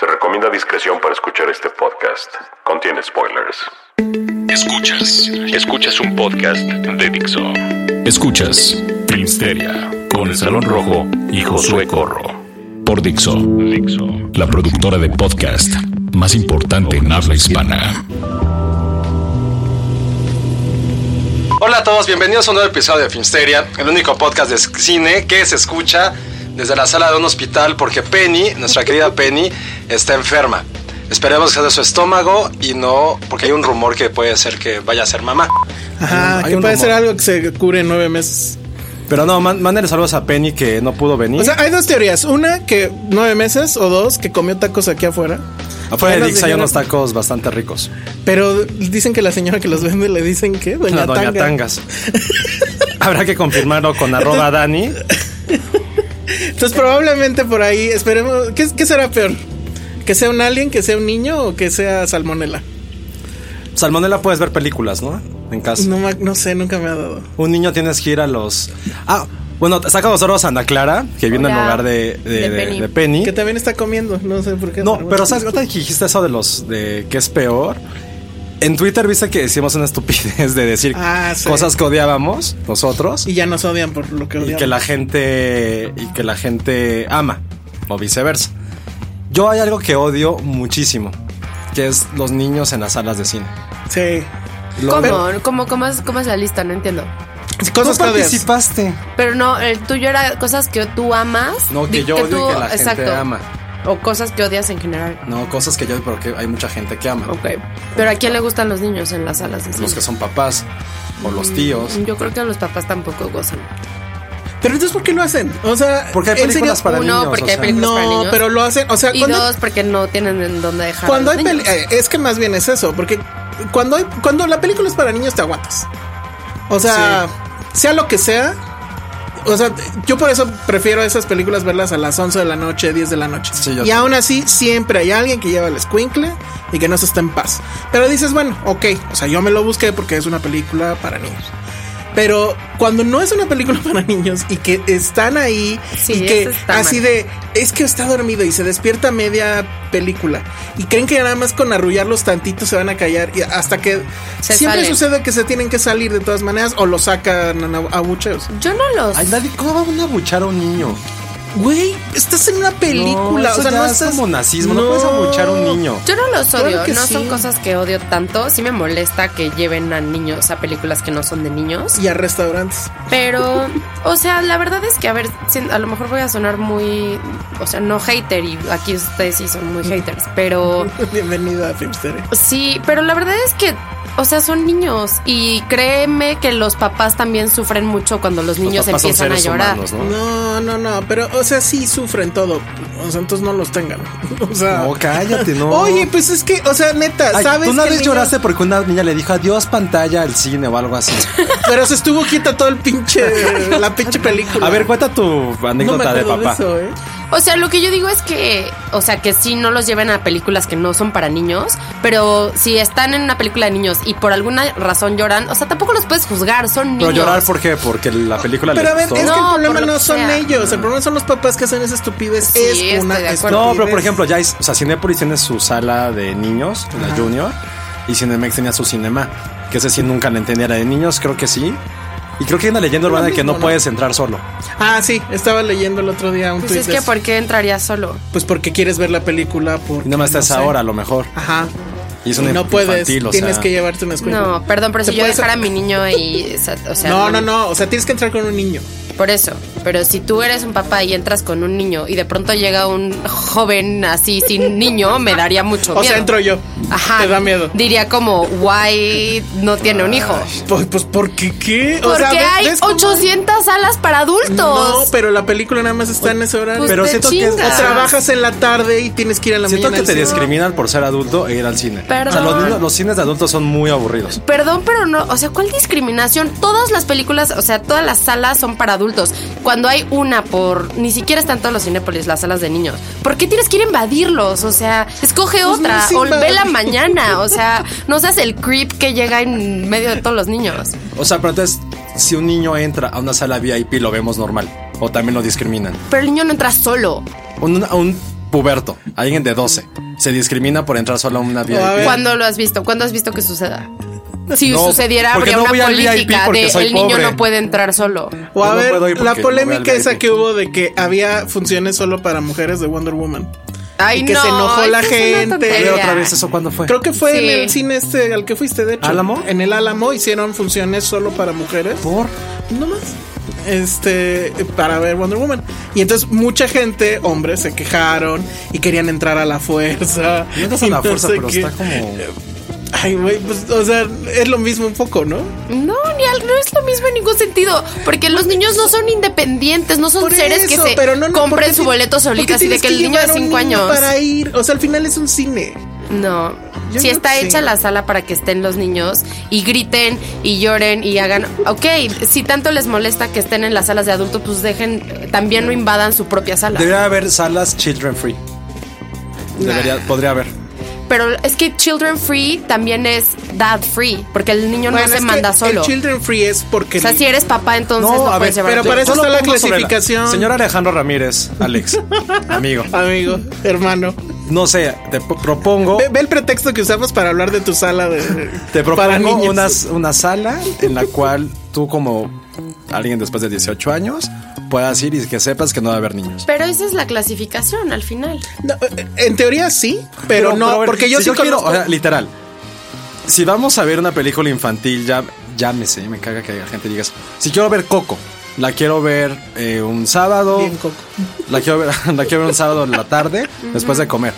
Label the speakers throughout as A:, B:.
A: Se recomienda discreción para escuchar este podcast. Contiene spoilers. Escuchas. Escuchas un podcast de Dixo. Escuchas Filmsteria con el Salón Rojo y Josué Corro. Por Dixo. Dixo. La productora de podcast más importante en habla hispana.
B: Hola a todos, bienvenidos a un nuevo episodio de Finsteria, el único podcast de cine que se escucha desde la sala de un hospital porque Penny, nuestra querida Penny, está enferma. Esperemos que sea de su estómago y no, porque hay un rumor que puede ser que vaya a ser mamá.
C: Ajá,
B: Hay
C: que
B: un
C: puede
B: rumor.
C: ser algo que se cure en nueve meses.
B: Pero no, man- mándale saludos a Penny que no pudo venir.
C: O sea, hay dos teorías. Una, que nueve meses, o dos, que comió tacos aquí afuera.
B: Afuera
C: Ya
B: de
C: nos
B: Dix hay
C: dijeron-
B: unos tacos bastante ricos.
C: Pero dicen que la señora que los vende le dicen que Doña,
B: La Doña
C: Tanga.
B: Tangas. Habrá que confirmarlo con arroba Dani.
C: Entonces, probablemente por ahí, esperemos. ¿qué, qué será peor? ¿Que sea un alien, que sea un niño o que sea salmonela?
B: Salmonella puedes ver películas, ¿no? En casa.
C: No, ma- no sé, nunca me ha dado.
B: Un niño tienes que ir a los. Ah, bueno, saca los oros a Ana Clara, que viene en
D: Hola.
B: lugar de, de-
D: De
B: de-
D: Penny.
B: de Penny.
C: Que también está comiendo, no sé por qué.
B: No, pero ¿sabes ahorita que dijiste eso de los de que es peor? En Twitter viste que decíamos una estupidez de decir
C: Ah, sí.
B: cosas que odiábamos nosotros
C: Y
B: y,
C: ya nos odian por lo que odian.
B: que la gente y que la gente ama o viceversa. Yo hay algo que odio muchísimo, que es los niños en las salas de cine.
C: Sí.
B: Lo-
D: ¿Cómo? ¿Cómo, cómo es, cómo es la lista? No entiendo.
B: No
C: Cosas que odias.
B: participaste.
D: Pero no, el tuyo era cosas que tú amas.
B: No, que
D: di-
B: yo odio y que la gente
D: exacto.
B: ama.
D: O cosas que odias en general.
B: No, cosas que yo odio, pero que hay mucha gente que ama.
D: Ok. Pero ¿a quién le gustan los niños en las salas de
B: Los
D: cine?
B: que son papás o los tíos.
D: Yo creo que los papás tampoco gozan.
C: Pero entonces, ¿por qué lo hacen? O sea,
B: Porque hay
C: en serio-
B: películas para
D: Uno,
B: niños.
D: porque
B: o
D: hay
B: sea.
D: películas para
C: No,
D: niños.
C: pero lo hacen. O sea,
D: Y
C: ¿cuándo-
D: dos, porque no tienen en dónde dejar. a
C: Cuando
D: los
C: hay
D: niños.
C: peli- eh, es que más bien es eso, porque cuando hay, cuando la película es para niños te aguantas. O sea, sea lo que sea, o sea, yo por eso prefiero esas películas verlas a las 11 de la noche, 10 de la noche.
B: Sí, yo
C: y
B: sé.
C: aún así siempre hay alguien que lleva el escuincle y que no se está en paz. Pero dices, bueno, ok, o sea, yo me lo busqué porque es una película para niños. Pero cuando no es una película para niños y que están ahí
D: Sí,
C: y que
D: eso está
C: así
D: mal.
C: de es que está dormido y se despierta a media película y creen que nada más con arrullarlos tantito se van a callar y hasta que
D: Se
C: siempre
D: salen.
C: sucede que se tienen que salir de todas maneras o lo sacan a, a bucheos.
D: Yo no los.
B: Ay, nadie, ¿cómo va uno a abuchar a un niño?
C: Güey, estás en una
B: No,
C: película,
B: eso
C: o sea,
B: ya
C: no
B: es
C: estás
B: como nazismo, no, puedes abuchar a un niño.
D: Yo no los
C: Claro
D: odio,
C: que
D: no son
C: sí.
D: cosas que odio tanto. Sí me molesta que lleven a niños a películas que no son de niños.
C: y a restaurantes.
D: Pero, o sea, la verdad es que, a ver, sin- a lo mejor voy a sonar muy, o sea, no hater y aquí ustedes sí son muy haters, pero
C: Bienvenido a Filmster.
D: sí, pero la verdad es que, o sea, son niños y créeme que los papás también sufren mucho cuando los niños
B: papás son
D: empiezan a
B: seres
D: llorar.
B: humanos, ¿no?
C: No, no, no, pero o sea, sí sufren todo, o sea, entonces no los tengan. O sea,
B: No, cállate, no.
C: Oye, pues es que, o sea, neta,
B: Ay,
C: ¿sabes
B: Tú una
C: que el
B: vez
C: niño-
B: lloraste porque una niña le dijo adiós pantalla al cine o algo así.
C: Pero se estuvo quieta todo el pinche la pinche película.
B: A ver, cuenta tu
C: no me
B: anécdota de
C: acuerdo de
B: papá.
C: eso, ¿eh?
D: O sea, lo que yo digo es que, o sea, que sí no los lleven a películas que no son para niños, pero si están en una película de niños y por alguna razón lloran, o sea, tampoco los puedes juzgar, son niños.
B: Pero llorar por qué? Porque la película
C: Pero
B: le
C: a ver,
B: gustó.
C: es que el
D: No,
C: problema
D: por lo
C: no
D: que
C: son
D: sea.
C: ellos, el problema son los papás que hacen esa estupidez.
D: Sí, estoy
C: es una
D: de acuerdo.
C: estupidez.
B: No, pero por ejemplo, ya es, o sea, Cinépolis tiene su sala de niños, la Junior, y Cinemex tenía su cinema, que ese sí nunca la entendiera de niños, creo que sí. Y creo que hay una leyenda urbana de que
C: mismo,
B: no
C: ¿no?
B: puedes entrar solo.
C: Ah, sí, estaba leyendo el otro día un
D: Pues
C: tweet
D: es que, ¿por qué entraría solo?
C: Pues porque quieres ver la película. Porque,
B: Y nada más estás
C: no sé.
B: ahora, a lo mejor.
C: Ajá.
B: Y es
C: Y
B: un
C: no
B: infantil,
C: puedes,
B: o
C: tienes
B: sea.
C: que llevarte una escuela.
D: No, perdón, pero
C: Te
D: si yo
C: puedes-
D: dejara a mi niño y. O sea,
C: No, no, no, o sea, tienes que entrar con un niño.
D: Por eso, pero si tú eres un papá y entras con un niño y de pronto llega un joven así sin niño, me daría mucho
C: O
D: miedo.
C: sea, entro yo.
D: Ajá.
C: Te da miedo.
D: Diría como, why no tiene un hijo?
C: Pues, pues porque qué? O
D: Porque
C: sea, ¿ves-
D: hay
C: ves cómo-
D: 800 salas para adultos.
C: No, pero la película nada más está en ese horario.
D: Pues
B: Pero
D: te
B: siento que-
D: chingas.
C: o trabajas en la tarde y tienes que ir a la
B: Siento
C: mañana.
B: que
C: al
B: te
C: cine.
B: discriminan por ser adulto e ir al cine. O sea,
D: Perdón.
B: los, niños- los cines de adultos son muy aburridos.
D: Perdón, pero no, o sea, ¿cuál discriminación? Todas las películas, o sea, todas las salas son para adultos. Cuando hay una por, ni siquiera están todos los cinépolis, las salas de niños. ¿Por qué tienes que ir a invadirlos? O sea, escoge
B: Pues
C: no
D: otra
C: es
D: o ve la
C: invadir.
D: mañana. O sea, no seas el creep que llega en medio de todos los niños.
B: O sea, pero entonces, si un niño entra a una sala VIP, lo vemos normal. O también lo discriminan.
D: Pero el niño no entra solo.
B: Un, a un puberto, alguien de 12, se discrimina por entrar solo a una VIP.
C: ver.
D: ¿Cuándo lo has visto? ¿Cuándo has visto que suceda? Si
B: No,
D: sucediera,
B: porque
D: habría
B: no voy
D: una
B: al VIP
D: política
B: porque
D: de
B: soy
D: el niño
B: pobre.
D: no puede entrar solo.
C: O a
B: Yo no puedo ir
C: ver,
B: porque
C: la
B: no voy al
C: polémica
B: baile.
C: esa que hubo de que había funciones solo para mujeres de Wonder Woman.
D: Ay,
C: Y que
D: no,
C: se enojó la
D: esa es una
C: gente.
B: A ver,
D: tontería.
B: otra vez, ¿eso cuándo fue?
C: Creo que fue
D: Sí.
C: en el cine este al que fuiste, de hecho.
B: ¿Álamo?
C: En el Álamo hicieron funciones solo para mujeres.
B: por.
C: No más. Este, para ver Wonder Woman. Y entonces mucha gente, hombres, se quejaron y querían entrar a la fuerza.
B: No entras a
C: y
B: la
C: no
B: fuerza,
C: sé
B: pero
C: qué.
B: está como.
C: Ay, güey, pues, o sea, es lo mismo un poco, ¿no?
D: No, ni al, no es lo mismo en ningún sentido, porque los niños no son independientes, no son
C: Por
D: seres que
C: eso,
D: se
C: pero no, no, ¿por
D: compren
C: qué
D: su
C: ti- por
D: boleto
C: qué
D: solita, así de
C: tienes
D: que el niño de
C: llevar a un
D: 5
C: niño
D: años.
C: Para ir, o sea, al final es un cine.
D: No.
C: Yo
D: Si
C: no
D: está
C: sé.
D: hecha la sala para que estén los niños y griten y lloren y hagan, ok, si tanto les molesta que estén en las salas de adultos, pues dejen, también no invadan su propia sala.
B: Debería haber salas children free. Debería, Podría haber.
D: Pero es que children free también es dad free, porque el niño
C: Bueno,
D: no se
C: es que
D: manda solo.
C: El Children Free es porque
D: O sea, si eres papá, entonces no,
B: a
D: puedes
B: ver,
D: llevar
C: pero
D: a tu
C: para
B: yo
C: eso
B: solo
C: está la
B: pongo sobre
C: clasificación.
B: Señor Alejandro Ramírez, Alex, amigo.
C: amigo, hermano.
B: No sé, te p- propongo.
C: Ve, ve el pretexto que usamos para hablar de tu sala de
B: Te
C: para
B: propongo
C: niños.
B: una, una sala en la cual tú como alguien después de 18 años puedas ir y que sepas que no va a haber niños.
D: Pero esa es la clasificación al final.
C: No, en teoría sí, pero, no,
B: a ver,
C: porque yo
B: si
C: sí
B: quiero,
C: conozco-
B: o sea, literal. Si vamos a ver una película infantil, ya llámese, me caga que la gente diga eso. Si quiero ver Coco, la quiero ver eh, un sábado.
C: Bien, Coco.
B: La quiero ver, la quiero ver un sábado en la tarde, después de comer.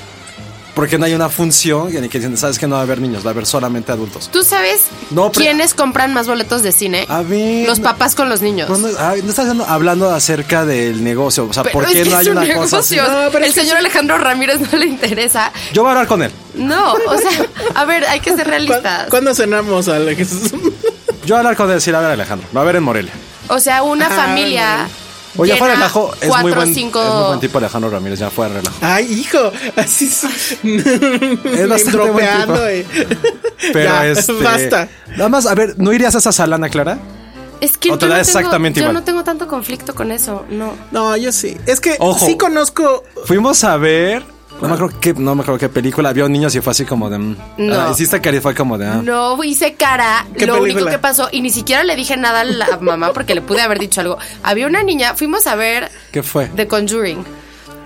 B: Porque no hay una función en la que dicen, sabes que no va a haber niños, va a haber solamente adultos.
D: ¿Tú sabes
B: No, pero-
D: quiénes compran más boletos de cine?
B: A ver,
D: Los
B: no-
D: papás con los niños.
B: Pero No, ay, no estás hablando, hablando acerca del negocio. O sea,
D: Pero
B: Ah, ¿por
D: es
B: qué
D: que
B: no hay
D: es un
B: una cosa así?
D: negocio.
C: No, pero
D: El
C: es que
D: señor Alejandro Ramírez no le interesa.
B: Yo voy a hablar con él.
D: No, o sea, a ver, hay que ser
C: ¿Cuán-
D: realistas.
C: ¿Cuándo cenamos, Alex?
B: Yo voy a hablar con él. Sí, a ver, Alejandro. Va a ver en Morelia.
D: O sea, una
C: Ah,
D: familia.
B: Oye,
D: llena
B: afuera de relajo. Es
D: cuatro,
B: muy, buen,
D: cinco-
B: es muy buen tipo Alejandro Ramírez. Ya fuera de relajo.
C: Ay, hijo, así es.
B: Es bastante buen tipo.
C: Dropeando, eh.
B: Pero
C: Ya,
B: este.
C: Basta.
B: Nada más, a ver, ¿no irías a esa sala, Ana Clara?
D: Es que
B: O
D: yo,
B: te
D: no
B: da
D: tengo,
B: exactamente
D: yo
B: igual.
D: no tengo tanto conflicto con eso. No.
C: No, yo sí. Es que
B: Ojo.
C: sí conozco.
B: Fuimos a ver. No me acuerdo qué, no me acuerdo qué película. Vio niños y fue así como de. mm,
D: No.
B: ah, hiciste cara y fue como de. ah.
D: No hice cara, lo
C: ¿Qué
D: único
C: película?
D: que pasó, y ni siquiera le dije nada a la mamá porque le pude haber dicho algo. Había una niña, fuimos a ver
B: ¿Qué fue?
D: The Conjuring.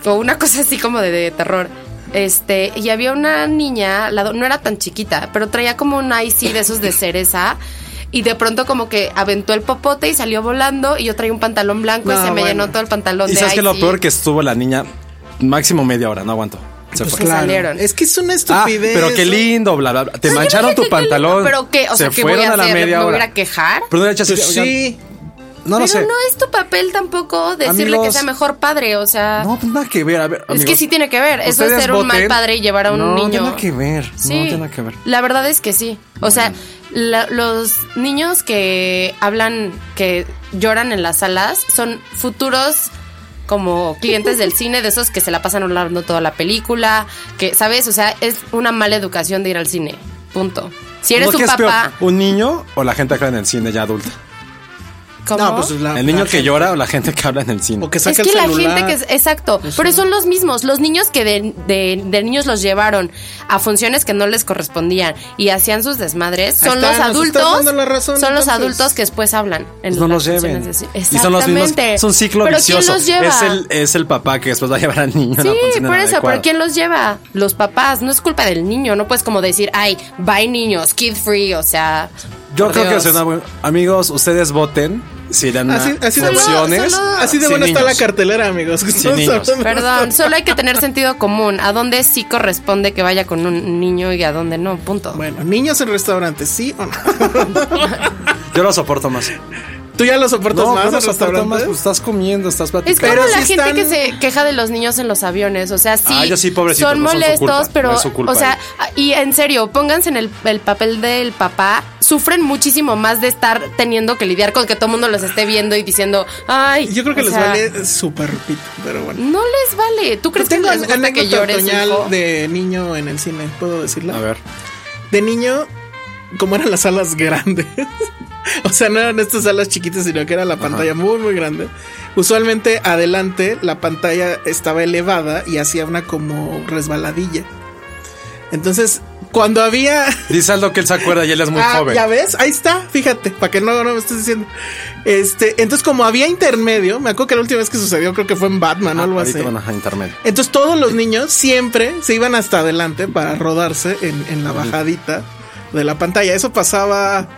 D: O una cosa así como de, de terror. Este, y había una niña, la do- no era tan chiquita, pero traía como un IC de esos de cereza. Y de pronto como que aventó el popote y salió volando y yo traía un pantalón blanco y
C: No,
D: se me
C: bueno.
D: llenó todo el pantalón
B: y
D: de
B: sabes que lo
D: IC.
B: peor que estuvo la niña, máximo media hora, no aguanto. Se
D: Pues
B: fue.
D: que salieron.
C: Es que es una
B: Ah,
C: estupidez.
B: pero qué lindo, bla, bla, bla. Te
D: Pues Yo
B: mancharon
D: dije
B: tu
D: que qué
B: pantalón.
D: lindo, Pero qué, o sea,
B: se
D: ¿qué voy
B: fueron
D: a
B: a, la
D: hacer?
B: media
D: ¿Me voy a ir
B: hora.
D: a quejar?
B: Pero no le echas
C: Pues
B: oigan,
C: sí.
B: No lo
D: pero
B: sé.
D: no es tu papel tampoco decirle que
B: Amigos.
D: sea mejor padre, o sea.
B: No, pues nada que ver. A ver,
D: es que
B: amigos,
D: sí tiene que ver. Eso es
B: ustedes
D: ser un mal
B: voten.
D: padre y llevar a un
B: No,
D: niño.
B: tiene que ver.
D: Sí.
B: No tiene nada que ver.
D: La verdad es que sí. O sea, la- los niños que hablan, que lloran en las salas, son futuros como clientes del cine, de esos que se la pasan hablando toda la película, que, ¿sabes? O sea, es una mala educación de ir al cine. Punto. Si eres
B: Como
D: un
B: que es
D: papá,
B: peor, ¿Un niño o la gente acá en el cine ya adulta?
D: ¿Cómo?
C: No, pues la-
B: ¿El niño
C: la
B: que
C: gente-
B: llora o la gente que habla en el Pues cine?
C: O que
D: Es
C: saca
D: que
C: el
D: la
C: celular.
D: gente que es, exacto, pero son los mismos, los niños que de, de- de niños los llevaron a funciones que no les correspondían y hacían sus desmadres,
C: Ahí
D: son
C: está,
D: los
C: nos
D: adultos,
C: estás dando la razón,
D: son los
C: entonces.
D: adultos que después hablan en
B: Pues no
D: las
B: los lleven.
D: funciones de cine.
B: Y son los mismos.
D: Exactamente.
B: Es un ciclo
D: ¿Pero
B: vicioso.
D: ¿Quién los lleva?
B: Es, el, es el papá que después va a llevar al niño. a
D: Sí,
B: la función
D: por eso,
B: inadecuada.
D: pero ¿quién los lleva? Los papás, no es culpa del niño, no puedes como decir, ay, bye niños, kid free, o sea...
B: Yo
D: por
B: creo que
D: Dios.
B: suena bueno. Amigos, ustedes voten si dan
C: Ah, Así- así de-
B: opciones.
D: Solo- solo-
C: Así de
B: Sin
C: buena está la
B: niños.
C: cartelera, amigos.
B: Sin niños.
D: Perdón, solo hay que tener sentido común, a dónde sí corresponde que vaya con un niño y a dónde no, punto.
C: Bueno, niños en restaurantes, ¿sí o no?
B: Yo lo soporto más.
C: ¿Tú ya lo soportas
B: No,
C: más
B: yo
C: en
B: lo soporto más.
C: restaurantes?
B: pues, estás comiendo, estás
D: Es
B: platicando.
D: como
C: Pero
D: la
C: sí
D: gente
C: están-
D: que se queja de los niños en los aviones, o sea, sí,
B: Ah, yo sí, pobrecitos,
D: son
B: no son su
D: molestos,
B: culpa,
D: pero,
B: no es su culpa,
D: o sea, ah,
B: eh.
D: y en serio, pónganse en el, el papel del papá, sufren muchísimo más de estar teniendo que lidiar con que todo el mundo los esté viendo y diciendo, ay,
C: Yo creo que
D: o
C: les
D: sea,
C: vale súper pito, pero bueno.
D: No les vale. ¿Tú crees que
C: Tengo
D: les gusta que
C: anécdota
D: llores,
C: otoñal
D: hijo?
C: de niño en el cine, ¿puedo decirla?
B: A ver.
C: De niño, como eran las salas grandes, o sea, no eran estas salas chiquitas, sino que era la pantalla muy, muy grande. Usualmente adelante la pantalla estaba elevada y hacía una como resbaladilla. Entonces, cuando había...
B: Dice algo que él se acuerda y él es muy
C: Ah,
B: joven.
C: ya ves, ahí está, fíjate, para que no, no me estés diciendo. Este, entonces, como había intermedio, me acuerdo que la última vez que sucedió creo que fue en Batman o
B: Ah,
C: algo
B: ahorita
C: así.
B: van a intermedio.
C: Entonces todos los niños siempre se iban hasta adelante para rodarse en, en la bajadita de la pantalla. Eso pasaba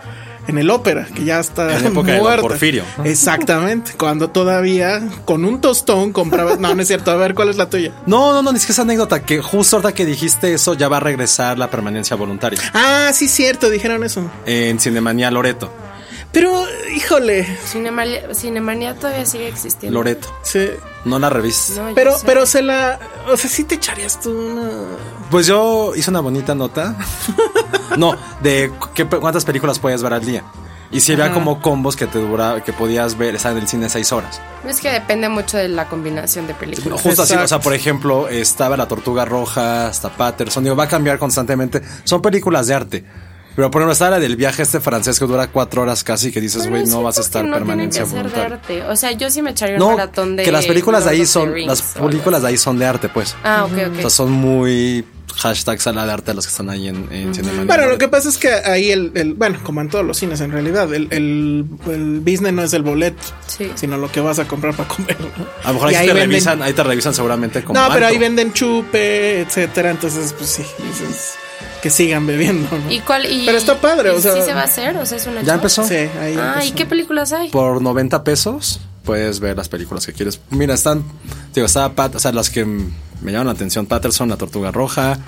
C: en el ópera, que ya está
B: En la época de Don
C: muerta.
B: Porfirio.
C: Exactamente, cuando todavía con un tostón comprabas... No, no es cierto, a ver, ¿cuál es la tuya?
B: No, no, no, es que esa anécdota que justo ahorita que dijiste eso ya va a regresar la permanencia voluntaria
C: Ah, sí, cierto, dijeron eso.
B: en Cinemanía Loreto.
C: Pero, híjole,
D: Cinemania, Cinemania todavía sigue existiendo.
B: Loreto,
C: sí,
B: no la revises.
D: No, yo
C: pero,
D: sé.
C: pero se la... O sea, sí te echarías tú una...
B: Pues yo hice una bonita nota. no, de qué, pe- cuántas películas podías ver al día. Y si había como combos que te duraba, que podías ver, estar en el cine seis horas.
D: Es que depende mucho de la combinación de películas.
B: Justo así,
C: Exacto.
B: o sea, por ejemplo, estaba La Tortuga Roja, hasta Patterson, digo, va a cambiar constantemente. Son películas de arte. Pero por ejemplo, está la del viaje este francés que dura cuatro horas casi, que dices, pues,
D: Pero
B: güey, no
D: siento
B: vas a
D: que
B: estar
D: no tiene
B: permanencia
D: que ser de
B: voluntaria.
D: arte. O sea, yo sí me echaría un
B: No,
D: maratón de.
B: que las películas de ahí
D: Lord of the
B: son,
D: Rings
B: las
D: o algo
B: películas de ahí
D: así.
B: son de arte, pues.
D: Ah, ok, ok.
B: O sea, son muy hashtag sala de arte las que están ahí en, en Cinemanía.
C: Bueno, lo que pasa es que ahí el, el- bueno, como en todos los cines en realidad, el, el, el business no es el boleto,
D: Sí.
C: sino lo que vas a comprar para comer. ¿no?
B: A lo mejor
C: Y
B: ahí, sí te
C: venden-
B: revisan, ahí te revisan seguramente como
C: no, pero
B: alto.
C: ahí venden chupe, etcétera, entonces pues sí, dices que sigan bebiendo. ¿no?
D: ¿Y cuál? Y,
C: Pero está padre,
D: y
C: o sea-
D: ¿Sí se va a hacer? ¿O sea, es una
B: ¿Ya empezó?
C: Sí, ahí
D: Ah, ¿y
C: empezó.
D: qué películas hay?
B: Por 90 pesos puedes ver las películas que quieres. Mira, están, digo, está Pat, o sea, las que m- me llaman la atención, Patterson, La Tortuga Roja,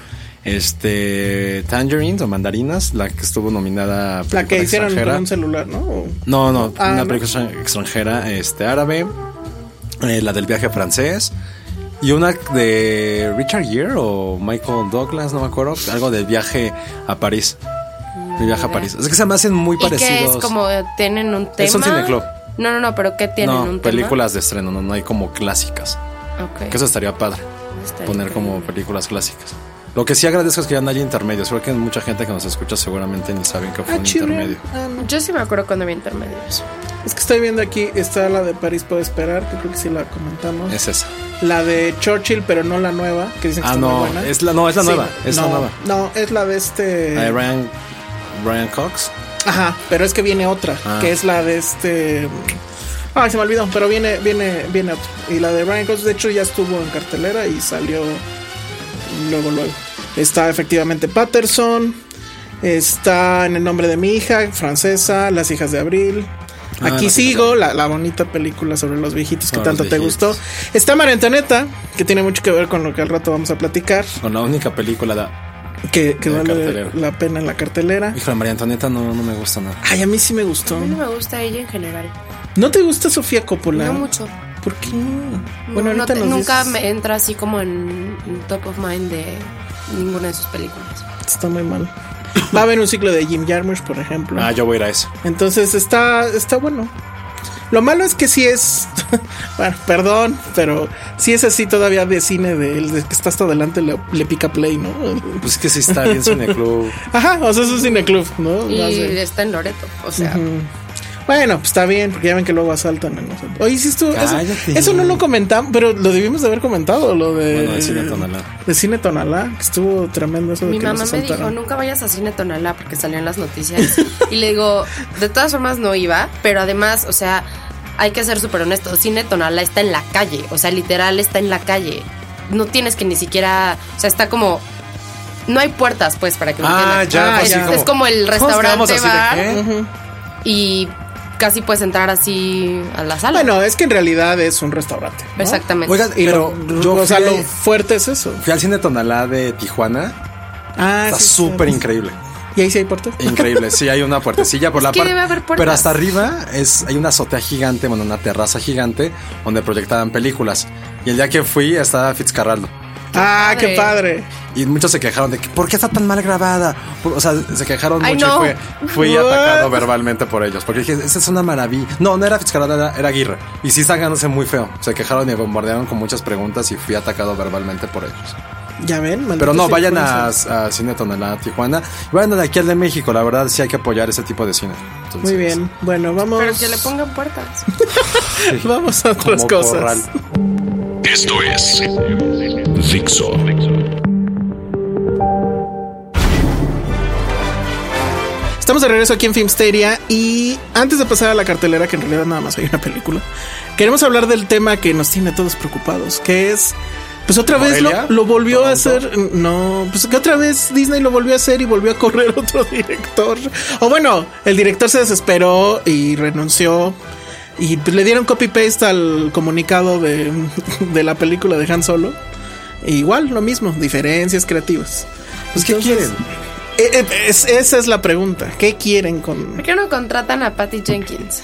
B: este, Tangerines o Mandarinas, la que estuvo nominada a
C: la
B: película
C: que hicieron con
B: extranjera.
C: un celular, ¿no? O-
B: No, no,
C: Ah,
B: una
C: no.
B: película extranjera, este, árabe, eh, la del viaje francés y una de Richard Gere o Michael Douglas, no me acuerdo, algo del viaje a París. El viaje a París. Es que se me hacen muy
D: ¿Y
B: parecidos.
D: qué es como eh, tienen un tema?
B: Es un cineclub.
D: No, no, no, pero ¿qué tienen
B: no,
D: un
B: películas de estreno, no, no hay como clásicas.
D: tema? Ok.
B: Que eso estaría padre.
D: Está
B: poner
D: bien.
B: como películas clásicas. Lo que sí agradezco es que ya no hay intermedios. Creo que mucha gente que nos escucha seguramente ni saben que fue
C: Ah,
B: un
C: chirrión.
B: intermedio.
C: Ah, no.
D: Yo sí me acuerdo cuando vi intermedios.
C: Es que estoy viendo aquí, está la de París Puedo Esperar, que creo que sí la comentamos.
B: Es esa.
C: La de Churchill, pero no la nueva, que dicen que
B: Ah,
C: está muy
B: no,
C: buena.
B: es la, no, es la
C: Sí,
B: nueva. Es
C: no,
B: la nueva.
C: No, es la de este...
B: La de Ah, Ryan, Ryan Cox.
C: Ajá, pero es que viene otra,
B: Ah.
C: que es la de este. Ay, se me olvidó, pero viene, viene, viene otra. Y la de Ryan Gosling, de hecho, ya estuvo en cartelera y salió luego, luego. Está efectivamente Patterson, está en el nombre de mi hija, francesa, Las hijas de abril.
B: Ah, Las
C: Aquí
B: hijas de
C: sigo, la, la bonita película sobre los viejitos que
B: Sobre
C: tanto
B: los
C: te
B: viejitos.
C: gustó. Está María Antonieta, que tiene mucho que ver con lo que al rato vamos a platicar,
B: Con la única película de.
C: que, que
B: De
C: vale
B: cartelera.
C: la pena en la cartelera.
B: Híjole, María Antonieta no, no me gusta nada.
C: Ay, a mí sí me gustó.
D: A mí no me gusta ella en general.
C: ¿No te gusta Sofía Coppola?
D: No mucho.
C: ¿Por qué no?
D: No, no
C: ahorita
D: te-
C: nos
D: nunca
C: dices-
D: me entra así como en, en top of mind de ninguna de sus películas.
C: Está muy mal. Va a haber un ciclo de Jim Jarmusch, por ejemplo.
B: Ah, yo voy a ir a eso.
C: Entonces está, está bueno. Lo malo es que sí es. bueno, perdón, pero sí es así todavía de cine de el de que está hasta adelante le, le pica play, ¿no?
B: Pues es que sí está bien Cineclub.
C: Ajá, o sea, es un cineclub, ¿no?
D: Y
C: Más de-
D: está en Loreto, o sea.
C: Ujú. Bueno, pues está bien, porque ya ven que luego asaltan a nosotros. Oye, si esto, eso,
B: Cállate.
C: eso no lo comentamos, pero lo debimos de haber comentado, lo de,
B: Bueno, de Cine Tonalá.
C: De Cine Tonalá, que estuvo tremendo eso de
D: Mi
C: que
D: mamá
C: nos
D: me dijo,
C: asaltaron.
D: nunca vayas a Cine Tonalá porque salían las noticias. y le digo, de todas formas no iba, pero además, o sea, hay que ser súper honestos, Cine Tonalá está en la calle, o sea, literal está en la calle. No tienes que ni siquiera, o sea, está como... No hay puertas, pues, para que me
B: Ah,
D: entiendan.
B: ya,
C: Ah,
B: pues,
C: ya.
B: así
D: Es como el
B: Todos quedamos
D: restaurante
B: así de,
D: bar
B: ¿qué?
D: y casi puedes entrar así a la sala.
C: Bueno, es que en realidad es un restaurante. ¿no?
D: Exactamente.
B: Oigan,
C: Y
B: pero
C: lo-
B: yo
C: o sea,
B: fui,
C: lo fuerte es eso.
B: fui al cine Tonalá de Tijuana.
C: Ah,
B: Está
C: sí, sí,
B: súper
C: sí.
B: increíble.
C: ¿Y ahí sí hay puertas?
B: Increíble. Sí, hay una puertecilla por
D: Es
B: la
D: que
B: parte.
D: debe haber puertas.
B: Pero hasta arriba es, hay una azotea gigante, bueno, una terraza gigante donde proyectaban películas. Y el día que fui estaba Fitzcarraldo.
C: Ah, qué
D: padre.
C: padre.
B: Y muchos se quejaron de que, ¿por qué está tan mal grabada? Por- o sea, se quejaron
D: Ay,
B: mucho
D: no.
B: y fue- fui
C: What?
B: atacado verbalmente por ellos. Porque dije, esa es una maravilla. No, no era Fitzcarraldo, era, era Aguirre. Y sí están ganándose muy feo. Se quejaron y me bombardearon con muchas preguntas y fui atacado verbalmente por ellos.
C: Ya ven,
B: Pero
C: malditos
B: no, vayan a,
C: influencers.
B: a Cine Tonalá, Tijuana. Y Vayan de aquí al de México, la verdad sí hay que apoyar ese tipo de cine. Entonces,
C: Muy bien, bueno, vamos.
D: pero que le pongan puertas.
C: Vamos a
B: como
C: otras cosas.
B: corral.
A: Esto es Dixo.
C: Estamos de regreso aquí en Filmsteria y antes de pasar a la cartelera, que en realidad nada más hay una película, queremos hablar del tema que nos tiene a todos preocupados, que es, pues otra vez lo,
B: ¿Morelia?
C: lo volvió a
B: ¿Toronto?
C: hacer, no, pues que otra vez Disney lo volvió a hacer y volvió a correr otro director. O bueno, el director se desesperó y renunció y pues, le dieron copy-paste al comunicado de, de la película de Han Solo. E igual, lo mismo, diferencias creativas.
B: Pues, ¿qué quieren?
C: Eh, eh, es- esa es la pregunta. ¿Qué quieren con
D: ¿Por qué no contratan a Patty Jenkins?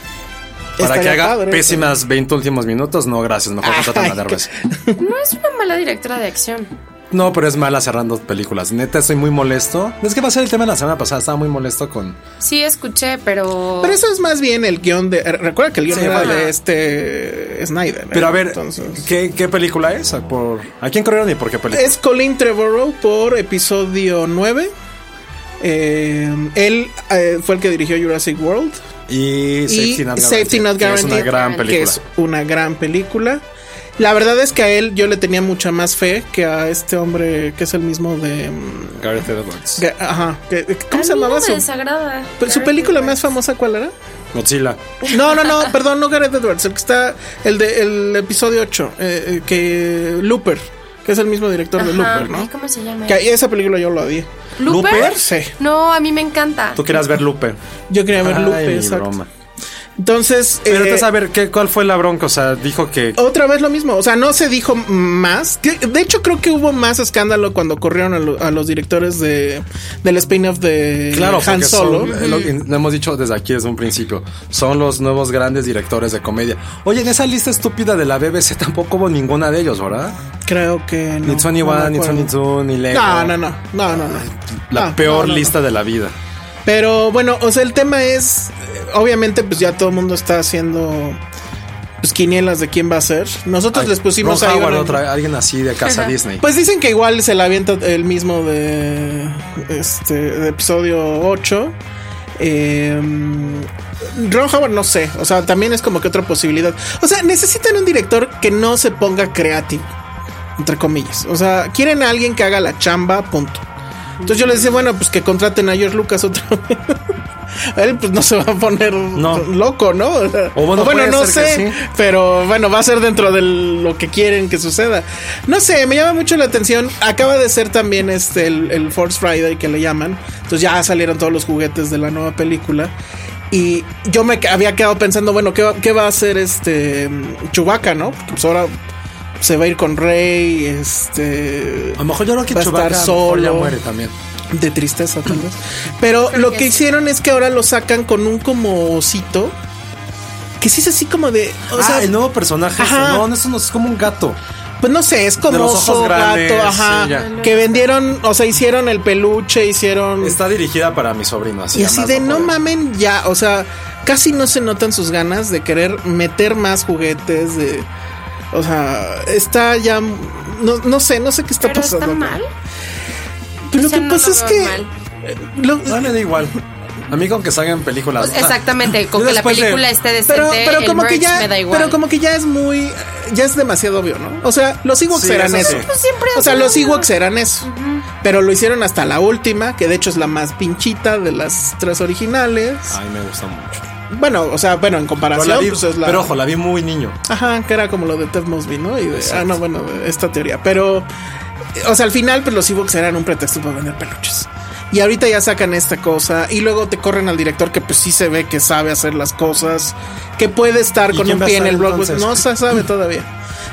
B: Para que
C: Estaría
B: haga
C: padre, eh,
B: pésimas 20 últimos minutos, no, gracias. Mejor contratan a
C: Ay,
B: Derbez.
D: No es una mala directora de acción.
B: No, pero es mala cerrando películas. Neta, estoy muy molesto. Es que va a ser el tema de la semana pasada. Estaba muy molesto con.
D: Sí, escuché, pero.
C: Pero eso es más bien el guión de. eh, Recuerda que el guión
B: Sí,
C: era
B: bueno.
C: de este Snyder. ¿eh?
B: Pero a ver,
C: Entonces,
B: ¿qué, qué película es? ¿A Por... ¿A quién corrieron y por qué película?
C: es Colin Trevorrow por episodio 9. Eh, él eh, fue el que dirigió Jurassic World.
B: Y
C: y Safety Not
B: que Es una
C: Guaranteed,
B: gran
C: que
B: película.
C: es una gran película. La verdad es que a él yo le tenía mucha más fe que a este hombre que es el mismo de. mm,
B: Gareth Edwards.
C: que- ajá. que-
D: A
C: ¿Cómo se
D: mí
C: llamaba
D: no me
C: su-
D: desagrada.
C: Pero su
D: Gareth
C: película
D: Edwards.
C: más famosa, ¿cuál era?
B: Godzilla.
C: No, no, no, perdón, no Gareth Edwards, el que está, el de el episodio 8, eh, eh, que Looper, que es el mismo director de
D: Ajá.
C: Looper,
D: Ay,
C: ¿no?
D: ¿Cómo se llama?
C: Que ahí esa película yo lo odié.
D: ¿Looper?
B: ¿Looper?
C: Sí.
D: No, a mí me encanta.
B: Tú querías ver Lupe.
C: Yo quería ver
B: Ay,
C: Looper,
B: mi
C: exacto.
B: broma.
C: Entonces,
B: Pero
C: eh,
B: te saber qué, cuál fue la bronca. O sea, dijo que.
C: otra vez lo mismo, o sea, no se dijo más. Que- De hecho, creo que hubo más escándalo cuando corrieron a, lo- a los directores de del spin-off de
B: Claro,
C: Han
B: porque
C: Solo.
B: son, eh, lo, que lo hemos dicho desde aquí, desde un principio. Son los nuevos grandes directores de comedia. Oye, en esa lista estúpida de la BBC tampoco hubo ninguna de ellos, ¿verdad?
C: Creo que no.
B: Ni Sony
C: no me
B: One, ni
C: acuerdo.
B: Sony Two, ni Lego.
C: No, no, no, no, no, no.
B: La
C: No,
B: peor
C: no, no, no.
B: lista de la vida.
C: Pero bueno, o sea, el tema es, eh, obviamente, pues ya todo el mundo está haciendo pues quinielas de quién va a ser. Nosotros les pusimos
B: Ron
C: ahí
B: Howard,
C: una-
B: otra- alguien así de casa Disney.
C: Pues dicen que igual se la avienta el mismo de este de episodio 8. Eh, Ron Howard no sé, o sea, también es como que otra posibilidad. O sea, necesitan un director que no se ponga creativo, entre comillas. O sea, quieren a alguien que haga la chamba, punto. Entonces yo les decía, bueno, pues que contraten a George Lucas otra vez. Él pues no se va a poner
B: No.
C: loco, ¿no? O sea,
B: O bueno, puede
C: no
B: ser que
C: sé,
B: sí.
C: pero bueno, va a ser dentro de lo que quieren que suceda. No sé, me llama mucho la atención. Acaba de ser también este el, el Force Friday que le llaman. Entonces ya salieron todos los juguetes de la nueva película. Y yo me que- había quedado pensando, bueno, ¿qué va, qué va a hacer este mm, Chewbacca, no? Porque pues ahora se va a ir con Rey, este...
B: A lo mejor yo creo que
C: Va a estar
B: Chewbacca a lo mejor ya
C: solo.
B: muere también.
C: De tristeza, tal vez. Pero lo que hicieron es que ahora lo sacan con un como osito. Que sí es así como de. O
B: ah,
C: sea,
B: el nuevo personaje. ese.
C: ajá.
B: No, no, eso no es como un gato.
C: pues no sé, es
B: de
C: como
B: los ojos
C: oso,
B: grandes,
C: gato,
B: sí,
C: ajá.
B: ya.
C: que vendieron, o sea, hicieron el peluche, hicieron.
B: Está dirigida para mi sobrino. Así
C: y así
B: además
C: de
B: va a
C: no
B: poder.
C: mamen ya. O sea, casi no se notan sus ganas de querer meter más juguetes. De, o sea, está ya. No, no sé, no sé qué está
D: Pero
C: pasando.
D: está mal.
C: Pero
D: O sea,
C: lo que
D: no
C: pasa
D: lo
C: es
D: veo
C: que.
D: mal.
C: eh, lo-
B: No, me da igual. A mí con que salgan películas. ah,
D: Pues exactamente, con
B: yo
D: que la
B: después de-
D: película esté decente,
C: Pero, pero
D: el
C: como que
D: merch
C: ya,
D: me da igual.
C: pero como que ya es muy, ya es demasiado obvio, ¿no? O sea, los Ewoks
B: Sí,
C: eran
B: eso
C: eso.
B: sí.
D: Pues siempre
C: o sea,
D: hacen
C: los
D: lo mismo.
C: Ewoks eran eso. Pero lo hicieron hasta la última, que de hecho es la más pinchita de las tres originales.
B: A mí me gusta mucho.
C: Bueno, o sea, bueno, en
B: Pero,
C: comparación,
B: Ah. la vi-
C: pues es la.
B: pero ojo, la vi muy niño.
C: Ajá, que era como lo de Ted Mosby, ¿no? Y de, ah,
B: Exacto.
C: no, bueno, de esta teoría. Pero, eh, o sea, al final, pues los Ewoks eran un pretexto para vender peluches. Y ahorita ya sacan esta cosa y luego te corren al director que pues sí se ve que sabe hacer las cosas, que puede estar
B: ¿Y
C: con
B: quién
C: un
B: va a
C: pie en
B: estar
C: el blog. pues,
B: entonces?
C: No se sabe todavía.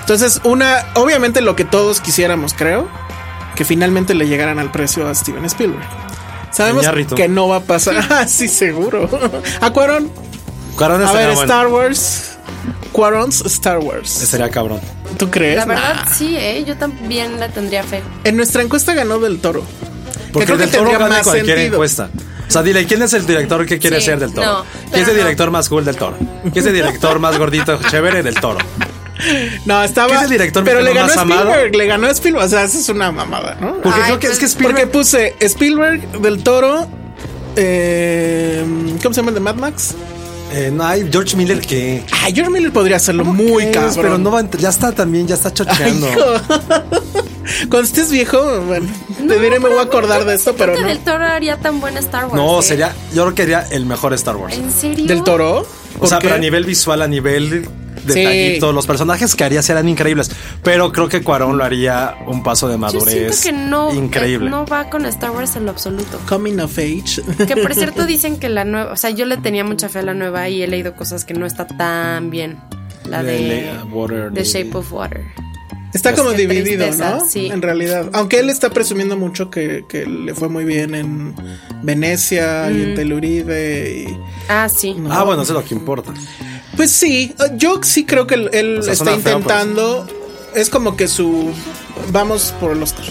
C: Entonces, una, obviamente lo que todos quisiéramos, creo, que finalmente le llegaran al precio a Steven Spielberg. Sabemos
B: Iñárritu.
C: que no va a pasar. Ah, sí, seguro. A Cuarón,
B: Cuarón
C: a
B: estaría
C: ver,
B: bueno.
C: Star Wars. Cuarón's Star Wars.
B: Sería cabrón.
C: ¿Tú crees?
D: La verdad,
C: Nah.
D: sí, ¿eh? yo también la tendría fe.
C: En nuestra encuesta ganó del toro.
B: Porque
C: creo
B: el
C: que
B: del toro
C: tendría
B: gana
C: más
B: cualquier
C: sentido.
B: encuesta. O sea, dile, ¿quién es el director que quiere
D: Sí,
B: ser del toro?
D: no,
B: ¿Quién es
D: pero
B: el
D: no.
B: director más cool del toro? ¿Quién es el director más gordito, chévere del toro?
C: No, estaba.
B: ¿Qué es el director
C: pero le ganó
B: mexicano más amado?
C: Spielberg, le ganó Spielberg. O sea, eso es una mamada, ¿no?
B: Porque
D: Ay,
B: creo que es que
D: pues-
B: Spielberg.
C: Porque puse Spielberg del toro. eh, ¿Cómo se llama el de Mad Max?
B: Eh, no, ay, George Miller que.
C: Ah, George Miller podría hacerlo muy
B: Es,
C: cabrón.
B: Pero no va a entr- ya está también, ya está chocheando.
C: Cuando estés viejo, bueno, te diré, me voy a acordar de esto, pero
D: Creo que
C: no.
D: del toro haría tan buena Star Wars.
B: no,
D: ¿eh?
B: sería. Yo creo que sería el mejor Star Wars.
D: ¿En serio?
C: ¿Del toro?
B: O sea,
C: ¿Por qué?
B: pero a nivel visual, a nivel detallito,
C: Sí.
B: los personajes que haría serán increíbles. Pero creo que Cuarón lo haría un paso de
D: Yo siento
B: madurez.
D: que no,
B: increíble.
D: eh, no va con Star Wars en lo absoluto.
C: Coming of Age.
D: Que por cierto dicen que la nueva, o sea, yo le tenía mucha fe a la nueva y he leído cosas que no está tan bien. La
B: Le-
D: de
B: le- Water
D: The
B: Lady.
D: Shape of Water.
C: Está como
D: Qué
C: dividido,
D: tristeza,
C: ¿no?
D: sí.
C: En realidad. Aunque él está presumiendo mucho que, que le fue muy bien en Venecia y en Telluride. y-
D: Ah, sí.
B: Ah, bueno, eso es lo que importa.
C: Pues sí, yo sí creo que él, él
B: O sea,
C: está
B: suena feo,
C: intentando. Es como que su. Vamos por el Oscar.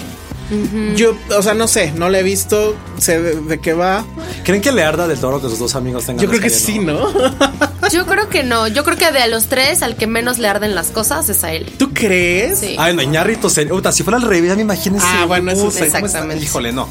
C: Yo, o sea, no sé, no le he visto, sé de, de qué va.
B: ¿Creen que le arda del toro que sus dos amigos tengan
C: Yo creo que
B: esa idea,
C: sí,
B: no?
C: ¿no?
D: Yo creo que no. Yo creo que de los tres, al que menos le arden las cosas es a él.
C: ¿Tú crees?
D: Sí.
B: Ay, no, Iñarrito, si fuera al revés, ya me imagínense.
C: Ah, bueno, eso
B: Puta,
C: sí.
B: ¿cómo está?
D: Exactamente.
B: Híjole, no.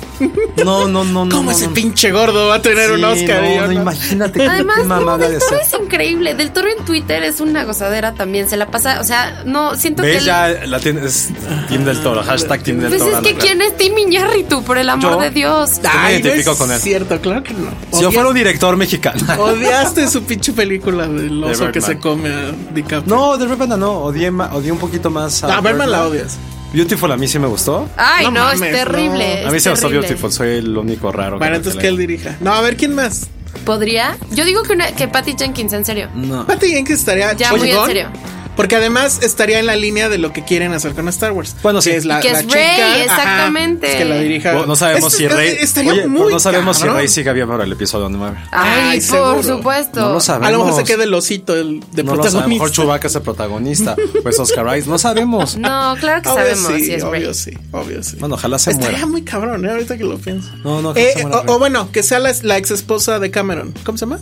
B: No, no, no, no.
C: ¿Cómo
B: no,
C: ese
B: no.
C: pinche gordo va a tener un
B: Sí,
C: Oscar?
B: no,
C: Y yo
B: no,
C: no.
B: imagínate qué
D: Además, no,
B: mamada
D: del
B: de
D: toro
B: ser.
D: es increíble. Del toro en Twitter es una gozadera también. Se la pasa, o sea, no, siento que
B: ¿Ves?
D: él-
B: Ya la tiene, es Team del Toro, hashtag Team del
D: Pues
B: Toro.
D: es
B: la
D: que
B: verdad.
D: quién es Tim Iñárritu, por el amor
B: Yo. Ah,
D: de Dios.
B: Yo me
C: Ay, no
B: identifico
C: es
B: con él.
C: Cierto, claro que no.
B: Si yo
C: Obvia-
B: fuera un director mexicano.
C: Odiaste su pinche película del oso que
B: Birdman.
C: se come a DiCaprio.
B: No, Ah, de repente no, odié, ma- odié un poquito más a.
C: a Birdman la odias.
B: Beautiful a mí sí me gustó.
D: Ay,
C: No
D: no,
C: mames,
D: es terrible.
B: a mí
D: es
B: sí me gustó
D: terrible.
B: Beautiful, soy el único raro.
C: Bueno,
B: no
C: entonces que
B: tiene-
C: él dirija. No, a ver quién más.
D: ¿Podría? Yo digo que, una, que Patty Jenkins, en serio.
B: No.
C: Patty Jenkins estaría
D: Ya, muy en
C: chingón,
D: serio.
C: Porque además estaría en la línea de lo que quieren hacer con Star Wars.
B: Bueno, sí.
C: Que es la,
D: Y que
C: la
D: es
C: chica,
D: Rey,
C: ajá,
D: exactamente.
C: es que la dirija.
B: Bueno, No sabemos
C: Es-
B: si
C: es-
B: Rey.
C: Este Estaría
B: Oye,
C: muy
B: no sabemos si
C: cabrón.
B: Rey sigue vivo para el episodio 9.
C: Ay,
D: Ay,
C: seguro.
D: por supuesto.
B: No lo sabemos.
C: A lo mejor se queda el osito el, de
B: No lo sabemos. A lo mejor
C: protagonista.
B: Chewbacca es el protagonista. Pues Oscar Isaac, no sabemos.
D: No, claro que
C: Obvio
D: sabemos
C: sí,
D: si es Rey.
C: obvio sí, obvio sí.
B: Bueno, ojalá se
C: Estaría
B: muera.
C: muy cabrón, ¿eh? ahorita que lo pienso.
B: No, no, que
C: Eh,
B: se muera
C: o-
B: Rey.
C: o, bueno, que sea la, la ex esposa de Cameron. ¿Cómo se llama?